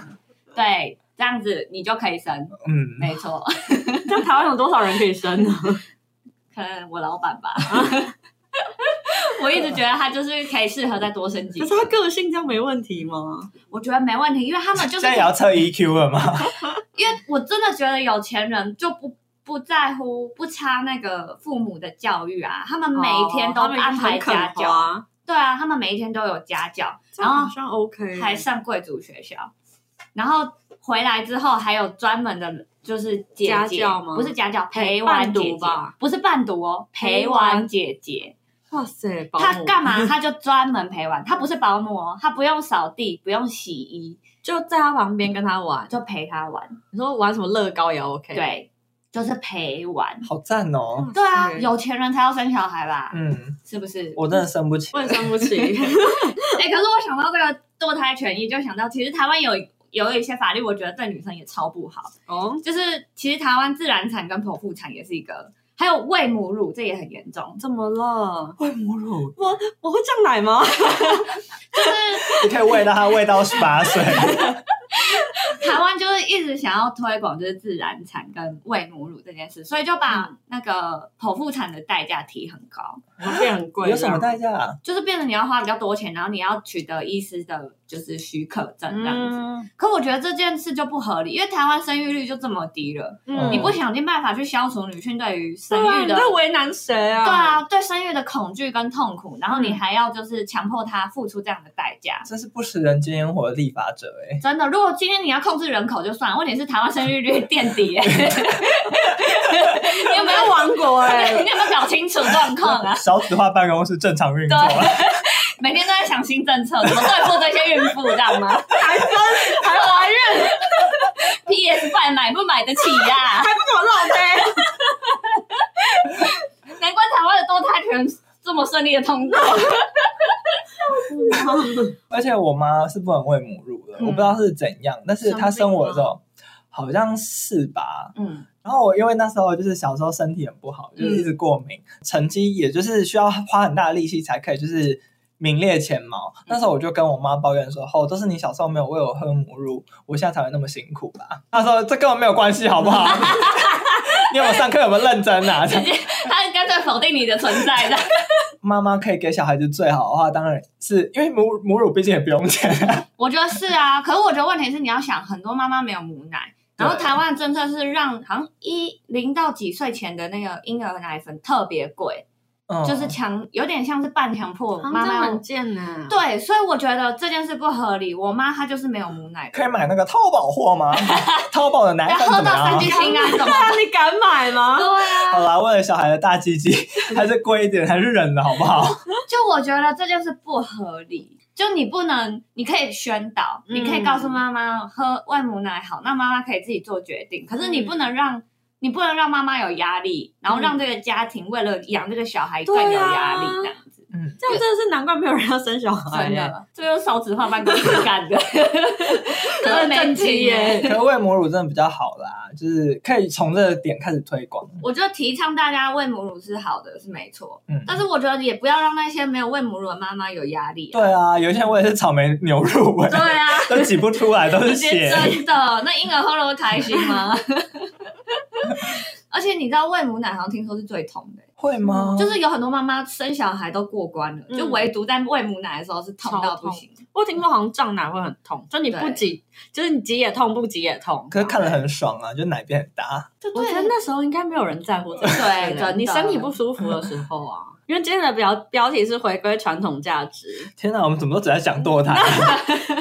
对，这样子你就可以生，
嗯，
没错，
这样台湾有多少人可以生呢？
可能我老板吧。 我一直觉得他就是可以适合再多生 几
可
个
是，他个性这样没问题吗？
我觉得没问题，因为他们就
现 在
是
也要测 EQ 了吗？
因为我真的觉得有钱人就不不在乎不差那个父母的教育啊，他们每天都
哦他们
安排
很肯
家教，
花
对啊，他们每一天都有家教，
这
然
样好
后
像 OK，
还上贵族学校，然后回来之后还有专门的，就是姐姐
家教吗
不是家教，陪
伴
玩
读
姐姐
吧，
不是伴读哦，陪
陪
玩
玩
姐姐。
哇塞，保
她
姆
干嘛？她就专门陪玩，她不是保姆哦，她不用扫地，不用洗衣，
就在他旁边跟他玩，
就陪她玩。
你说玩什么乐高也 OK，，
对，就是陪玩。
好赞哦！
对啊，
是
有钱人才要生小孩吧？
嗯，
是不是？
我真的生不起
我。也生不 起，
哎、可是我想到这个堕胎权益，就想到其实台湾有有一些法律，我觉得对女生也超不好。
哦，
就是其实台湾自然产跟剖腹产也是一个，还有喂母乳，这也很严重。
怎么了？
喂母乳，
我会降奶吗？
你可以喂到它喂到十八岁。
台湾就是一直想要推广就是自然产跟喂母乳这件事，所以就把那个剖腹产的代价提很高，
变很贵，
有什么代价啊？
就是变成你要花比较多钱，然后你要取得医师的就是许可证这样子。
嗯
可我觉得这件事就不合理，因为台湾生育率就这么低了，
嗯
你不想尽办法去消除女性对于生
对啊，
育
你
的
在为难谁啊？
对啊，对生育的恐惧跟痛苦，然后你
嗯
还要就是强迫她付出这样的代价。
真是不食人间烟火的立法者哎、
真的，如果今天你要控制人口就算了，问题是台湾生育率垫底、耶 你有没有
王国哎、
你有没有搞清楚状况啊？
少子化办公室正常运作，
每天都在想新政策，怎么对付这些孕妇，知道吗？
还分还怀孕，
PS 版买不买得起呀、
还 不怎么浪呗？
难怪台湾的堕胎权这么顺利的通过。
而且我妈是不能喂母乳的，
嗯
我不知道是怎样，但是她生我的时候好像是吧。
嗯，
然后我因为那时候就是小时候身体很不好，就是一直过敏，成绩也就是需要花很大的力气才可以就是名列前茅。
嗯
那时候我就跟我妈抱怨说：“哦，都是你小时候没有喂我喝母乳，我现在才会那么辛苦吧？”她说：“这跟我没有关系，好不好？ 你有没有上课有没有认真啊？”
直接他干脆否定你的存在的。
妈妈可以给小孩子最好的话，当然是因为母母乳毕竟也不用钱。
我觉得是啊，可是我觉得问题是你要想，很多妈妈没有母奶，然后
对
台湾的政策是让好像一零到几岁前的那个婴儿奶粉特别贵，
嗯
就是强有点像是半强迫妈妈要。
贱呢、
对，所以我觉得这件事不合理。我妈她就是没有母奶
嗯可以买那个淘宝货吗？淘宝的奶
要
粉
喝
怎么
到三
样
聚？氰胺哎怎么办？
那啊你敢买吗
对？啊，
好啦，为了小孩的大鸡 鸡，还是贵一点，还是忍了，好不好？
就我觉得这就是不合理。就你不能，你可以宣导，
嗯
你可以告诉妈妈喝喂母奶好，那妈妈可以自己做决定。可是你不能让、你不能让妈妈有压力，然后让这个家庭为了养这个小孩更有压力，这样子。
嗯，
这样真的是难怪没有人要生小孩、欸
真的，这就是少子化办公室干的，
真的欸
没
正
劲
题耶
可
耶。
是喂母乳真的比较好啦，就是可以从这个点开始推广。
我觉得提倡大家喂母乳是好的，是没错，
嗯，
啊
但是我觉得也不要让那些没有喂母乳的妈妈有压力、啊。
对啊，有一些我也是草莓牛乳喂、
嗯
对啊，
都挤不 出来，都是血。
真的，那婴儿喝了会开心 吗？而且你知道喂母奶好像听说是最痛的、欸
会吗？
就是有很多妈妈生小孩都过关了，
嗯
就唯独在喂母奶的时候是痛到不行。
我听说好像胀奶会很痛，就你不
对
挤，就是你挤也痛，不挤也痛。
可是看得很爽啊，就奶变很大。
对
我觉得那时候应该没有人在乎这个，
对真的
你身体不舒服的时候 啊。因为今天的标标题是回归传统价值。
天哪，我们怎么都只在讲 堕胎？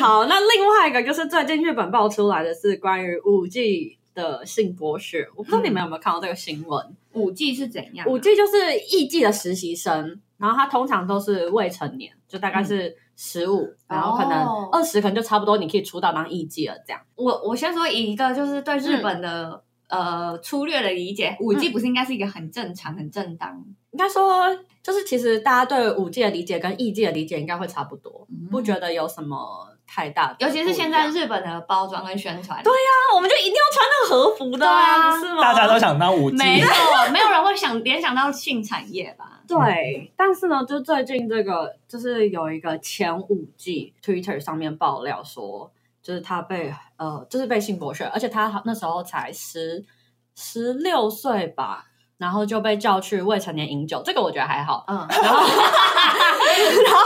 好，那另外一个就是最近日本爆出来的是关于五 G 的性剥削，我不知道你们有没有看到这个新闻。
五 G 是怎样啊、
五 G 就是艺伎的实习生，然后他通常都是未成年，就大概是十五、然后可能
嗯哦
二十，可能就差不多你可以出道当艺伎了这样。
我我先说以一个就是对日本的、呃粗略的理解，五 G 不是应该是一个很正常、很正当？
应该说，就是其实大家对五 G 的理解跟艺伎的理解应该会差不多，
嗯
不觉得有什么太大的不一
尤
样，
其是现在日本的包装跟宣传，
对那我们就一定要穿那个和服的
对啊
不是吗？
大家都想当五 G，
没有没有人会想联想到性产业吧？
对，但是呢，就最近这个，就是有一个前五 G Twitter 上面爆料说，就是他被呃，就是被性剥削，而且他那时候才十十六岁吧，然后就被叫去未成年饮酒，这个我觉得还好。
嗯，
然后，然后，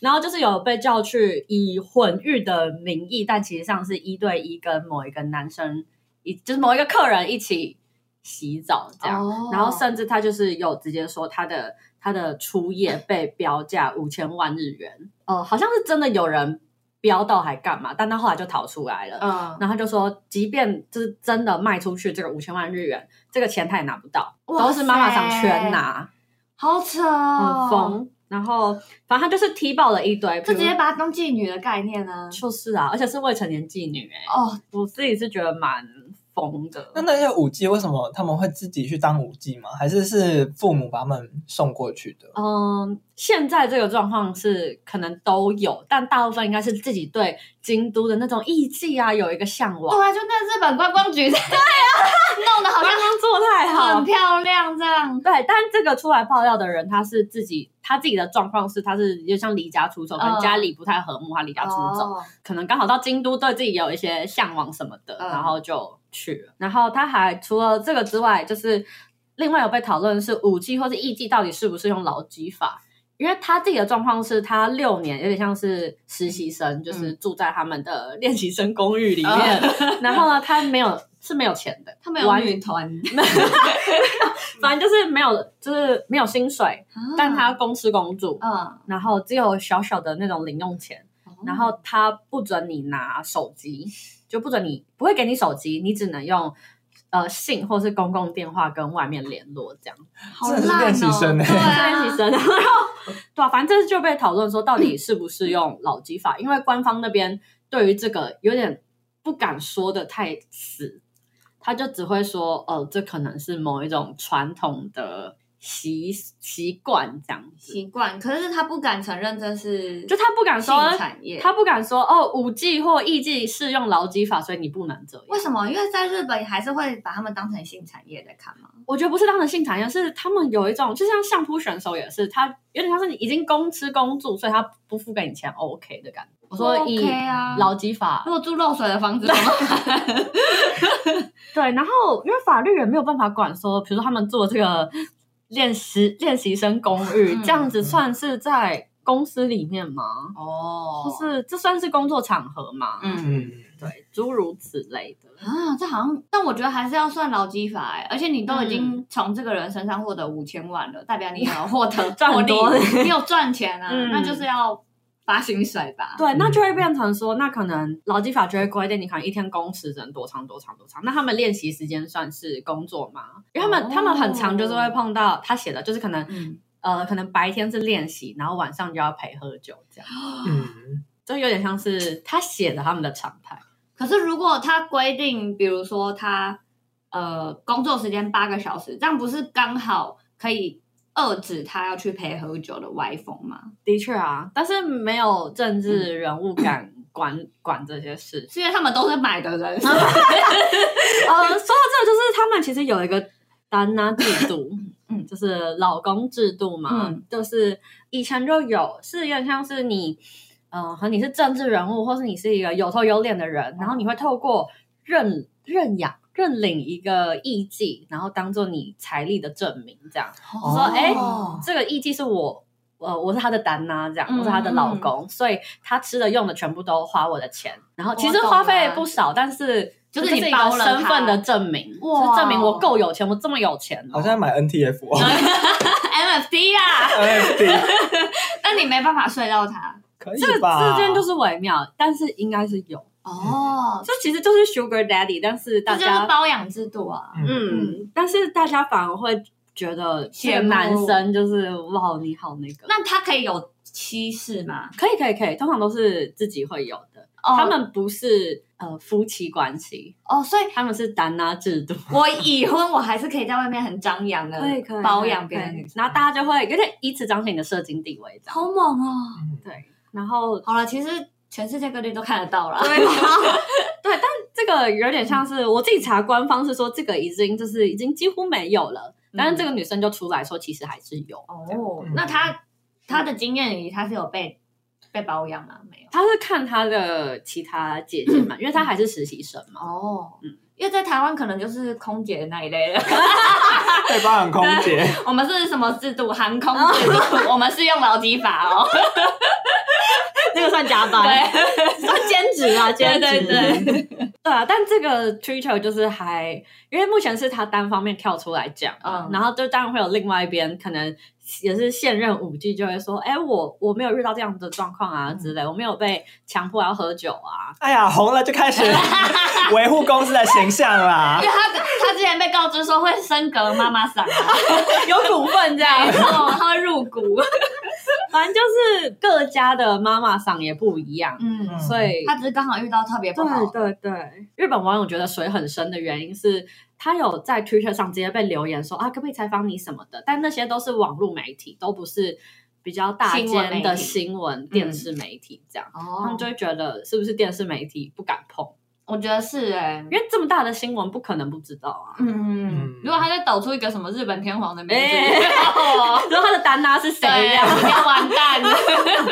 然后就是有被叫去以混浴的名义，但其实上是一对一跟某一个男生，一就是某一个客人一起洗澡这样。
哦
然后甚至他就是有直接说他的他的初夜被标价五千万日元，呃，好像是真的有人标到还干嘛，但他后来就逃出来了。
嗯，
然后他就说，即便就是真的卖出去这个五千万日元，这个钱他也拿不到，
哇
都是妈妈桑
塞
全拿，
好扯
很
哦，
疯。然后反正他就是踢爆了一堆，
就直
比
接
如
把她当妓女的概念呢、
就是啊，而且是未成年妓女哎、
哦，
我自己是觉得蛮疯的。
那那些舞妓为什么他们会自己去当舞妓吗？还是是父母把他们送过去的？
嗯，现在这个状况是可能都有，但大部分应该是自己对京都的那种艺伎啊有一个向往
对。啊，就那日本观光局对啊， 弄得好
刚
像
刚做太好
很，漂亮这样。
嗯对，但这个出来爆料的人，他是自己他自己的状况是，他是就像离家出走，可能
嗯
家里不太和睦，他离家出走，
哦
可能刚好到京都，对自己有一些向往什么的，
嗯
然后就去了。然后他还除了这个之外，就是另外有被讨论是五 G 或是艺 G 到底适不适用劳基法。因为他自己的状况是，他六年有点像是实习生，就是住在他们的练习生公寓里面。 然后呢，他没有是没有钱的，
他们有
完
女 团，啊
反正就是没有，就是没有薪水，但
啊
他公吃公住，
嗯，
然后只有小小的那种零用钱，然
哦
后他不准你拿手机，就不准你不会给你手机，你只能用呃信或是公共电话跟外面联络这样。
好
真的是
烂
练习
哦，
生欸
对啊，
练习生，然后对啊，反正这就被讨论说到底适不适用老基法，因为官方那边对于这个有点不敢说的太死，他就只会说哦，这可能是某一种传统的习习惯这样子，
习惯，可是他不敢承认这是
就他不敢说啊
性产业，
他不敢说哦，五 G 或艺 G 适用劳基法，所以你不能这样。
为什么？因为在日本还是会把他们当成性产业在看嘛。
我觉得不是当成性产业，是他们有一种，就像相扑选手也是，他有点像是你已经公吃公住，所以他不付给你钱，OK 的感觉。我说以
OK 啊
劳基法
如果住漏水的 房子怎么办？
对，然后因为法律也没有办法管说，比如说他们做这个练习练习生公寓、
嗯
这样子，算是在公司里面吗？
哦
就是这算是工作场合嘛？
嗯
嗯，
对，诸如此类的。
啊，这好像，但我觉得还是要算劳基法哎、而且你都已
嗯
经从这个人身上获得五千万了，代表你有获 得
赚很多
获利你有赚钱啊，
嗯
那就是要发薪水吧。
对，那就会变成说，那可能劳基法就会规定你可能一天工时只能多长多长多长。那他们练习时间算是工作吗？因为他们、他们很长就是会碰到他写的，就是可能、
嗯，
呃可能白天是练习，然后晚上就要陪喝酒这样，
嗯，
就有点像是他写的他们的常态。
可是如果他规定，比如说他呃工作时间八个小时，这样不是刚好可以遏制他要去陪喝酒的歪风吗？
的确啊，但是没有政治人物敢管、管这些事。
是因为他们都是买的人，
啊呃，说到这个，就是他们其实有一个丹娜制度，嗯，就是老公制度嘛，
嗯
就是以前就有，是有点像是你，嗯、和你是政治人物，或是你是一个有头有脸的人，然后你会透过认认养。认领一个艺妓，然后当做你财力的证明，这样
哦
说，哎、
哦
这个艺妓是我，呃，我是她的丹娜，这样，
嗯
我是她的老公，所以她吃的用的全部都花我的钱，然后其实
我懂
花费
了
不少，但是
就是
这
你
一个
包了
身份
她
的证明，
哇
就是证明我够有钱，我这么有钱哦，
好像买 NTF 哦
MFD 啊，
，NFT
那你没办法睡到他
可
这
以吧？
这件就是微妙，但是应该是有，
哦，
这其实就是 Sugar Daddy，但是
这
大
就是
家
包养制度啊。
嗯，但是大家反而会觉得这个
羡慕
男生就是哇，你好那个，
那他可以有妻室吗？
可以可以可以，通常都是自己会有的，
哦
他们不是呃夫妻关系。
哦，所以
他们是丹娜制度，
我已婚，我还是可以在外面很张扬的包养别人的女生，
然后大家就会有点以此彰显你的社经地位，这样
好猛哦！
嗯
对。然后
好了，其实全世界各地都看得到了。
对 对，但这个有点像是我自己查，官方是说这个已经就是已经几乎没有了，但是这个女生就出来说其实还是有，
哦，那他他的经验里，他是有被被包养吗？没有。
她是看她的其他姐姐 们，因为她还是实习生嘛，
哦，因为在台湾可能就是空姐那一 类的，
被包养空姐，
我们是什么制度？航空制度， 我们是用劳基法 哦。
那个算加班，
对，
算兼职啊，兼职。
对对
对对啊，但这个 Twitter 就是还，因为目前是他单方面跳出来讲，
嗯
然后就当然会有另外一边可能也是现任舞 G 就会说，哎，我我没有遇到这样的状况
嗯
啊之类，我没有被强迫要喝酒啊，
哎呀，红了就开始维护公司的形象 啦
因。为他他之前被告知说会升格妈妈嗓、 啊，
有股份这样
没，错，他会入股，
反正就是各家的妈妈嗓也不一样，
嗯，
嗯
所以
他只是刚好遇到特别不好
对，对对，日本网友觉得水很深的原因是，他有在 Twitter 上直接被留言说啊，可不可以采访你什么的，但那些都是网络媒体，都不是比较大
新闻媒
间
体
的新闻、电视媒体这样。他
哦
们就会觉得是不是电视媒体不敢 碰，
我觉得是哎、
因为这么大的新闻不可能不知道 啊。
嗯，如果他再抖出一个什么日本天皇的名字，
哎然后他的丹娜是谁
对，
呀？
要完蛋。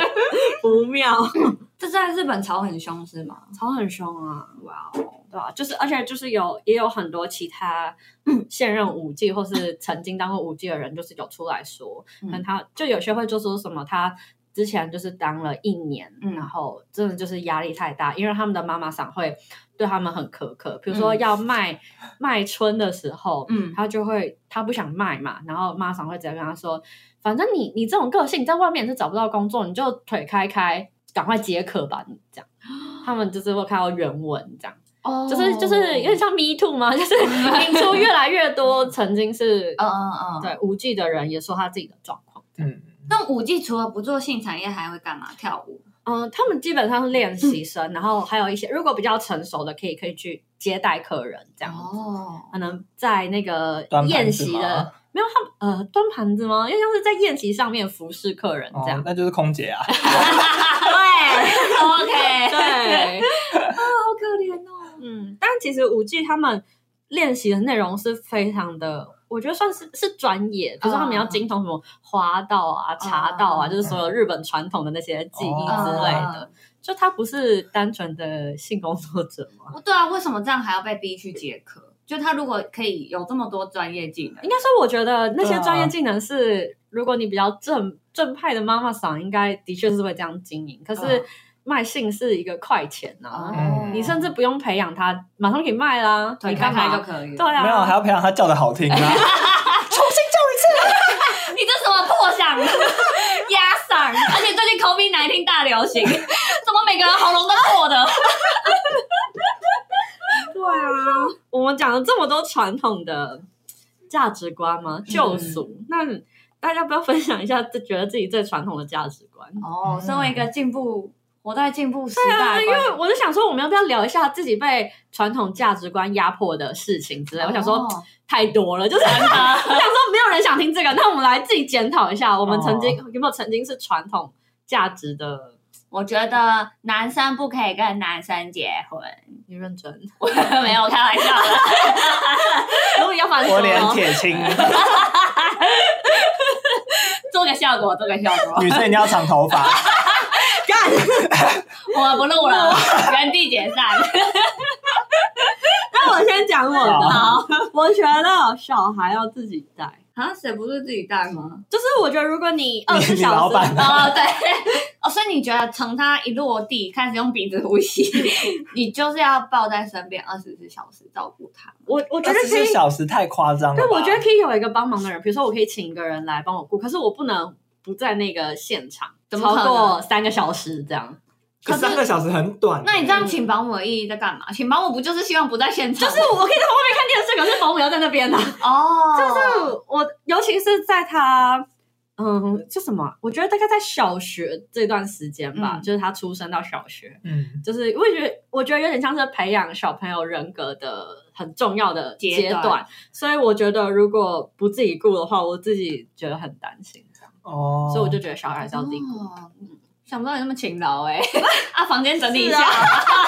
不妙，
这在日本吵很凶是吗？
吵很凶啊！哇哦，对啊，就是而且就是有也有很多其他嗯现任舞 G 或是曾经当过舞 G 的人，就是有出来说，可
嗯
能他就有些会就说什么他。之前就是当了一年，
嗯
然后真的就是压力太大，因为他们的妈妈桑会对他们很苛刻，比如说
嗯
要卖、卖春的时候，
嗯
他就会他不想卖嘛，然后妈桑会直接跟他说，反正你你这种个性，你在外面也是找不到工作，你就腿开开，赶快解渴吧，你这样。他们就是会看到原文这样，
哦
就是就是有点像 Me Too 吗？ 就是引出越来越多曾经 是
嗯嗯嗯。
对无忌的人也说他自己的状况。
嗯，
那舞技除了不做性产业，还会干嘛？跳舞。
嗯，他们基本上是练习 生，然后还有一些如果比较成熟的，可以可以去接待客人这样子。
哦，
可能在那个
端盘子
宴席的
吗
没有他们呃端盘子吗？因为像是在宴席上面服侍客人这
哦
样。，
那就是空姐啊。
对，OK，
对，
啊好可怜哦。
嗯，但其实五 G 他们练习的内容是非常的，我觉得算是是专业，比如说他们要精通什么花道啊、茶道啊，
嗯
就是所有日本传统的那些技艺之类的。就他不是单纯的性工作者吗？
对啊，为什么这样还要被逼去解渴？就他如果可以有这么多专业技能
应，该说，我觉得那些
对啊
专业技能是，如果你比较正正派的妈妈桑，应该的确是会这样经营。可是
嗯
卖性是一个快钱啊，
哦
你甚至不用培养他，马上可以卖啦，
腿
你
开
干
开
嘛
就？可以
对
了。
啊，
没有，还要培养他叫的好听 啊。
你这什么破嗓？ 压嗓！而且最近 COVID 1 9大流行，怎么每个人喉咙都破的？
对啊，我们讲了这么多传统的价值观嘛，
嗯
旧俗，那大家不要分享一下，自觉得自己最传统的价值观。
哦，身为一个进步，活在进步时
对啊，
代，
因为我就想说，我们要不要聊一下自己被传统价值观压迫的事情之类？我想说
哦嗯
太多了，就是我想说 没有人想听这个，那我们来自己检讨一下，我们曾
哦
经有没有曾经是传统价值的？
我觉得男生不可以跟男生结婚，
你认真，
我没有开玩笑的。
如果要反
我
说，
脸铁青，
做个效果，做个效果，
女生一定要长 头发。
我们不录了，原地解散。
那我先讲我的，
好
我觉得小孩要自己带。
啊，谁不是自己带吗？
就是我觉得，如果你二十四
你
小时，
老板啊
哦，对，哦，所以你觉得从他一落地开始用鼻子呼吸， 你就是要抱在身边二十四小时照顾他。
我我觉
二
得
十
可
四
以，
小时太夸张了吧。
对，我觉得可以有一个帮忙的人，比如说我可以请一个人来帮我顾，可是我不能不在那个现场
怎么可
超
能
过三个小时这样。
可三个小时很短。欸
那你这样请保姆的意义在干嘛？请保姆不就是希望不在现场
嗯就
吗？
是我可以在外面看电视，可是保姆要在那边啊呢、
哦，
就是我，尤其是在他，嗯，就什么啊，我觉得大概在小学这段时间吧，
嗯
就是他出生到小学，
嗯，
就是我觉得，我觉得有点像是培养小朋友人格的很重要的
阶
阶段，
段
所以我觉得如果不自己顾的话，我自己觉得很担心，这样
哦，
所以我就觉得小孩还是要自己顾。
哦想不到你那么勤劳哎、 啊，房间整理一下，
欸是啊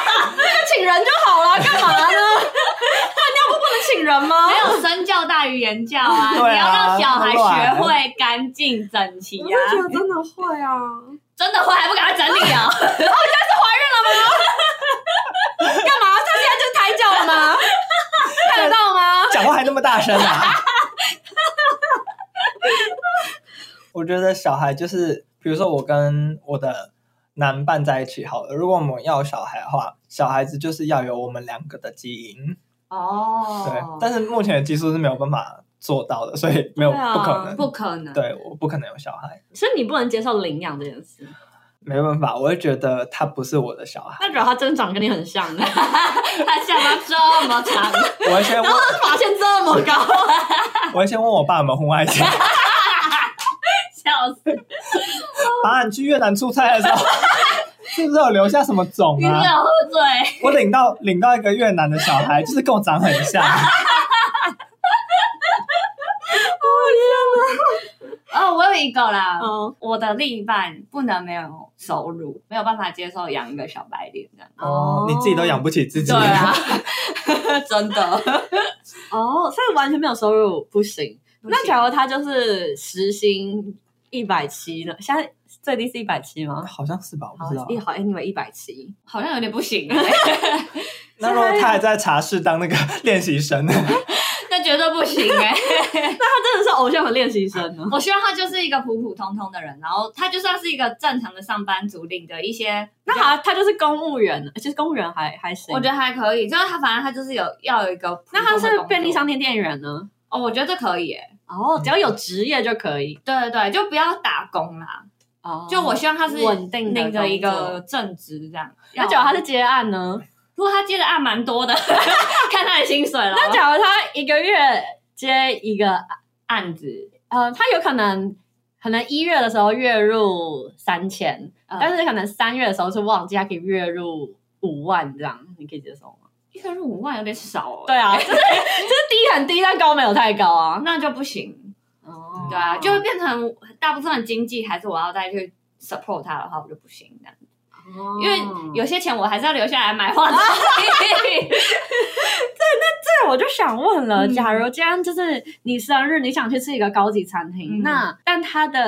请人就好了，干嘛呢？换 尿布不能请人吗？
没有身教大于言教 啊，
对啊
你要让小孩
那么
学
乱
会干净整齐
我
呀、
就觉
啊，
得真的会 啊，
真的会还不给他整理啊、
干嘛？他现在就是胎教了吗？看得到吗？
讲话还那么大声啊！我觉得小孩就是，比如说我跟我的男伴在一起好了。如果我们要小孩的话，小孩子就是要有我们两个的基因，
哦，
对。但是目前的技术是没有办法做到的，所以没有、
对啊
不可能。
不可能，
对，我不可能有小孩，
所以你不能接受领养这件事。
没办法，我会觉得他不是我的小孩。
那如果他真长跟你很像 呢？
他下巴这么长，
我会先问，
发现这么高，
我会先问我爸有没有婚外情。
笑死，
爸，你去越南出差的时候， 是不是有留下什么种
你没
啊？
有喝醉，
我领到领到一个越南的小孩，就是跟我长很像。
哦，我有一个啦，
嗯，
我的另一半不能没有收入，没有办法接受养一个小白脸这样。
哦，你自己都养不起自己。
对啊， 真的，
哦，所以完全没有收入不行。
不行
那假如他就是时薪一百七呢？现在最低是一百七吗？
好像是吧，我不
好
知道，。
一好，anyway 一百七，
好像有点不行，
欸
那如果他还在茶室当那个练习生呢？
那绝对不行哎、
他真的是偶像和练习生呢。
我希望他就是一个普普通通的人，然后他就算是一个正常的上班族，领的一些，
那好，啊他就是公务员，其实公务员还还行。
我觉得还可以。就是他反正他就是有要有一个普通
那
的
他
工作，
是便利商店店员呢？
哦，我觉得这可以、欸，
哦，只要有职业就可以。
对对对，就不要打工啦。
哦，
就我希望他是
稳定的
领着一
工
个
作
正职这样。
那
要
假如他是接案呢？
如果他接的案蛮多 的，看他的薪水了。
那假如他一个月接一个
案子，
呃，他有可能可能一月的时候月入三千、
嗯
但是可能三月的时候是旺季，他可以月入五万这样，你可以接受吗？
一个月五万有点少哦。
对 啊，就是就是低很低，但高没有太高啊。
那就不行。
哦
对啊，就会变成大部分的经济还是我要再去 support 他的话，我就不行这样。
嗯
因为有些钱我还是要留下来买化妆品。
对，我就想问了，
嗯
假如今天就是你生日，你想去吃一个高级餐厅，
嗯
那但他的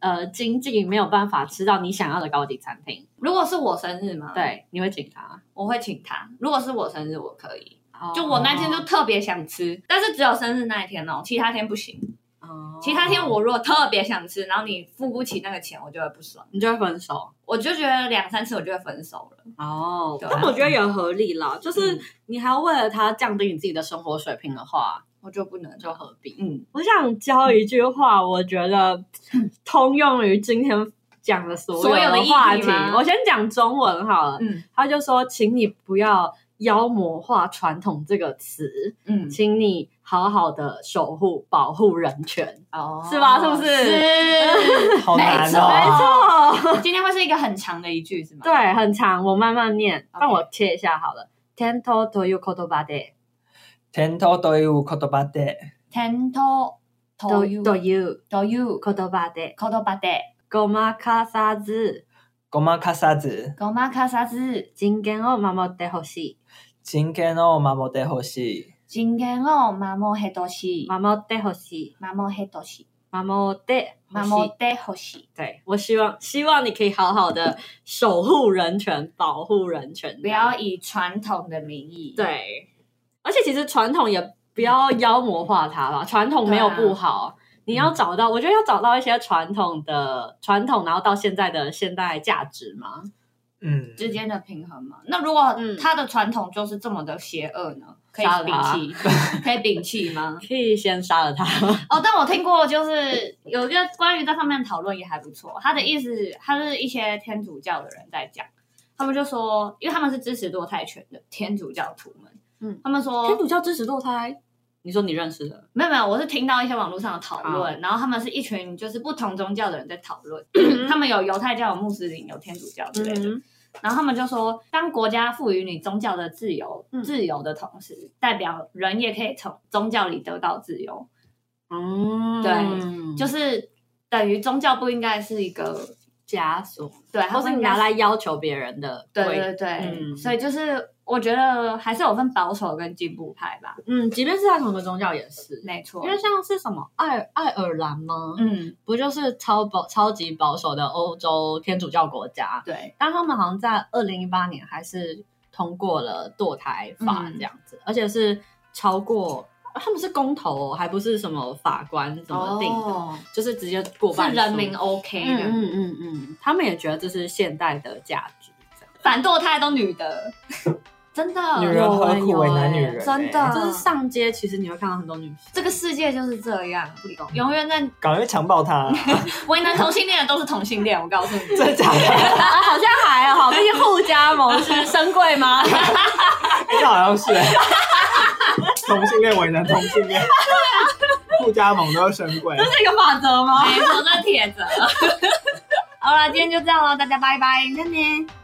呃经济没有办法吃到你想要的高级餐厅，
如果是我生日嘛，，
对，你会请他？
我会请他。如果是我生日，我可以。
哦
就我那天就特别想吃，但是只有生日那一天哦，其他天不行。
哦，
其他天我如果特别想吃，然后你付不起那个钱，我就会不爽，
你就会分手。
我就觉得两三次我就会分手了。
哦，
对啊
但我觉得也合理啦，就是
嗯
你还要为了他降低你自己的生活水平的话，
我就不能
就何必？
嗯，
我想教一句话，我觉得通用于今天讲的所
所有的
的
议
话
题
题
吗。
我先讲中文好了，
嗯
他就说，请你不要妖魔化“传统”这个词，
嗯，
请你好好的守护、保护人权。
哦
是吧是不是
是，
好难
没错
没
哦。
错，
今天会是一个很长的一句是吗？，
对，很长，我慢慢念，
OK
让我切一下好了。天とという言葉で
Tento do you kotoba de，
天头
と
头 you
という
头 you
言葉で
口头巴的
ごまかさず
goma kasazu，
狗妈卡萨子，
人権を守ってほし
今天哦，mamo de し
今天哦，麻木黑多西
い。，守ってほしい。
麻木黑多西，
守ってほ
麻
し
木
い。
得好西，
对，我希望希望你可以好好的守护人权，保护人权，
不要以传统的名义。，
对。而且其实传统也不要妖魔化它吧，传统没有不好。你要找到，我觉得要找到一些传统的传统，然后到现在的现代价值嘛。
嗯，
之间的平衡嘛。那如果
嗯
他的传统就是这么的邪恶呢？可以
杀了
摒
他
弃， 可以摒弃吗？
可以先杀了它。
哦，但我听过，就是有一个关于这方面的讨论也还不错。他的意思，他是一些天主教的人在讲，他们就说，因为他们是支持堕胎权的天主教徒们，
嗯
他们
天
说
主教支持堕胎，你说你认识的？
没有没有，我是听到一些网络上的讨论，然后他们是一群就是不同宗教的人在讨论，
嗯
他们有犹太教、有穆斯林、有天主教之类的，然后他们就说，当国家赋予你宗教的自由，
嗯
自由的同时，代表人也可以从宗教里得到自由，
嗯，
对
就
就是等于宗教不应该是一个。
枷锁，
对，
或
他
是
们
你
应该
拿来要求别人的
对
规
对对，
嗯
所以就是我觉得还是有分保守跟进步派吧，
嗯，即便是在同一个宗教也是，
没错
因。为像是什么爱爱尔兰吗？
嗯，
不就是超保超级保守的欧洲天主教国家？
对，
但他们好像在二零一八年还是通过了堕胎法
嗯
这样子，而且是超过。他们是公投、哦，还不是什么法官怎么定的，
哦
就是直接过半
是
数
人民 OK
嗯
的，
嗯嗯嗯，他们也觉得这是现代的价值。这样
反堕胎都女 的，真的，
女人
哦
何苦为难女人、欸？
真的，
就是上街，其实你会看到很多女生。
这个世界就是这样，永远在
赶快强暴她，
为难同性恋的都是同性恋，我告诉你，
真的假的？
啊，好像还好，毕竟互加盟是深贵吗？
这好像是、欸、
同性恋为难同性 恋，不加盟都是神鬼。
这个法则吗？
没错，这是铁则。好了，今天就这样了，大家拜拜，再见。